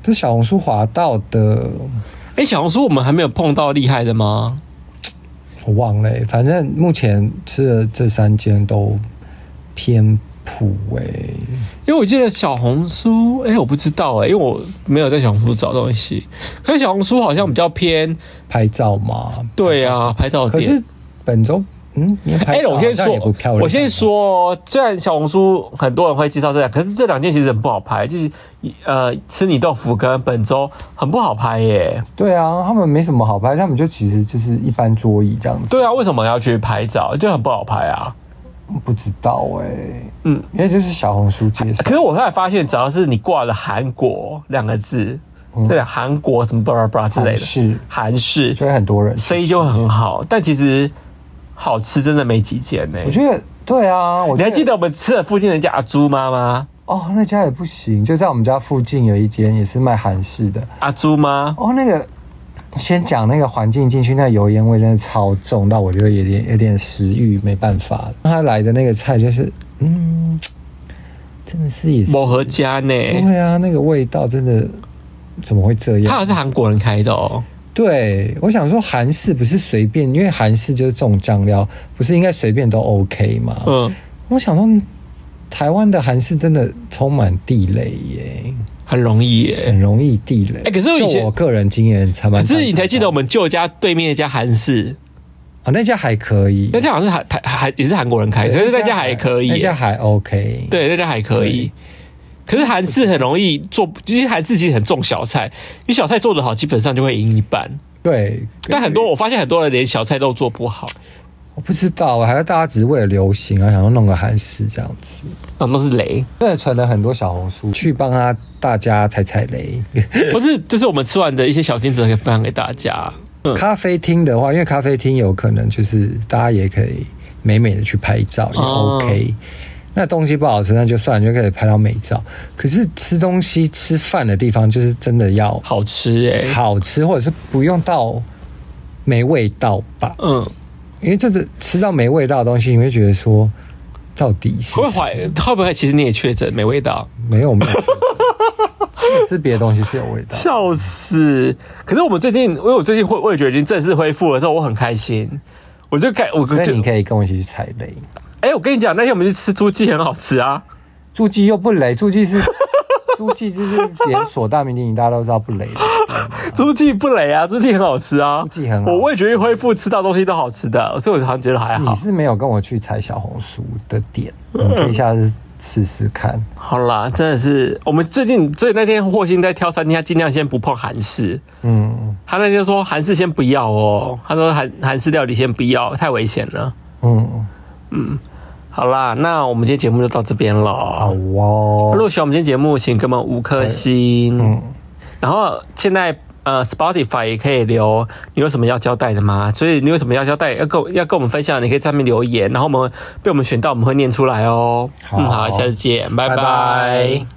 Speaker 1: 都是小红书滑到的，
Speaker 2: 哎、小红书我们还没有碰到厉害的吗？
Speaker 1: 我忘了、欸，反正目前吃的这三间都偏普哎、
Speaker 2: 因为我记得小红书，哎、我不知道哎、因为我没有在小红书找东西。可是小红书好像比较偏，
Speaker 1: 拍照嘛，
Speaker 2: 对啊，拍照
Speaker 1: 可
Speaker 2: 点
Speaker 1: 是。本周嗯，连
Speaker 2: 哎、
Speaker 1: 拍照
Speaker 2: 我先
Speaker 1: 好像也不漂亮，
Speaker 2: 说，
Speaker 1: 啊
Speaker 2: 我先说哦，虽然小红书很多人会介绍这两，可是这两件其实很不好拍，就是呃，吃你豆腐跟本周很不好拍耶。
Speaker 1: 对啊，他们没什么好拍，他们就其实就是一般桌椅这样子。
Speaker 2: 对啊，为什么要去拍照？就很不好拍啊。
Speaker 1: 不知道哎、
Speaker 2: 嗯，
Speaker 1: 因为这是小红书介绍
Speaker 2: 可，是我后来发现，只要是你挂了“韩国”两个字，这两韩国什么巴拉巴拉之
Speaker 1: 嗯韩
Speaker 2: 类的，
Speaker 1: 式，
Speaker 2: 韩式
Speaker 1: 所以很多人。
Speaker 2: 生意就会很好，但其实好吃真的没几间呢、
Speaker 1: 我觉得对啊，我
Speaker 2: 你还记
Speaker 1: 得
Speaker 2: 得我们吃了附近的一家阿朱妈吗？
Speaker 1: 哦，那家也不行，就在我们家附近有一间也是卖韩式的
Speaker 2: 阿朱吗？
Speaker 1: 哦，那个。先讲那个环境进去，那油烟味真的超重，到我觉得有点有点食欲没办法了。他来的那个菜就是，嗯，真的是也是，
Speaker 2: 某和家呢？
Speaker 1: 对啊，那个味道真的怎么会这样？
Speaker 2: 他好像是韩国人开的哦。
Speaker 1: 对，我想说韩式不是随便，因为韩式就是重酱料，不是应该随便都 OK 吗？
Speaker 2: 嗯，
Speaker 1: 我想说，台湾的韩式真的充满地雷耶，
Speaker 2: 很容易耶。
Speaker 1: 很容易地雷。
Speaker 2: 欸哎可是我以前
Speaker 1: 就我个人经验，才蛮
Speaker 2: 可是你才记得我们旧家对面那家韩式，
Speaker 1: 啊，那家还可以，
Speaker 2: 那家好像是韩台韩也是韩国人开的，可是那家还可以耶。
Speaker 1: 那家还 OK。，
Speaker 2: 对，那家还可以。可是韩式很容易做，其实韩式其实很重小菜，你小菜做得好，基本上就会赢一半。
Speaker 1: 对，
Speaker 2: 但很多我发现很多人连小菜都做不好，
Speaker 1: 我不知道，还是大家只是为了流行啊，想要弄个韩式这样子，
Speaker 2: 那都是雷。
Speaker 1: 真的传了很多小红书去帮他大家踩踩雷。
Speaker 2: 不是，这是我们吃完的一些小金子可以分享给大家。嗯，
Speaker 1: 咖啡厅的话，因为咖啡厅有可能就是大家也可以美美的去拍照，也
Speaker 2: 哦
Speaker 1: OK。那东西不好吃那就算，了，就可以拍到美照。可是吃东西吃饭的地方，就是真的要
Speaker 2: 好吃哎、
Speaker 1: 好吃，或者是不用到没味道吧。
Speaker 2: 嗯，
Speaker 1: 因为这个吃到没味道的东西，你会觉得说，到底是
Speaker 2: 会不会怀会不会其实你也确诊没味道？
Speaker 1: 没有没 有觉得吃别的东西是有味道。
Speaker 2: 笑死！可是我们最近，因为我最近会，我也觉得已经正式恢复了之后，我很开心。我就开，我
Speaker 1: 那
Speaker 2: 就
Speaker 1: 你可以跟我一起去踩雷，
Speaker 2: 哎、我跟你讲，那天我们去吃猪鸡，很好吃啊。
Speaker 1: 助记又不雷，助记是 助记就是连锁大名鼎鼎，大家都知道不雷的。
Speaker 2: 猪记不雷啊，猪记很好吃啊，
Speaker 1: 猪记很好吃
Speaker 2: 我味觉一恢复，吃到东西都好吃的，所以我好像觉得还
Speaker 1: 你
Speaker 2: 好。
Speaker 1: 是没有跟我去踩小红书的点，你可以下次试试看。
Speaker 2: 好啦，真的是我们最近，所以那天霍星在挑餐厅，他尽量先不碰韩式。
Speaker 1: 嗯
Speaker 2: 他那天说韩式先不要哦，他说韩韩式料理先不要，太危险了。
Speaker 1: 嗯，
Speaker 2: 好啦，那我们今天节目就到这边
Speaker 1: 好
Speaker 2: 了。如
Speaker 1: 哦。
Speaker 2: 果喜欢我们今天节目，请给我们五颗星。然后现在呃，Spotify 也可以留，你有什么要交代的吗？所以你有什么要交代，要跟我要跟我们分享，你可以在上面留言，然后我们被我们选到，我们会念出来哦。
Speaker 1: 好
Speaker 2: 嗯，好，下次见，拜
Speaker 1: 拜
Speaker 2: 拜
Speaker 1: 拜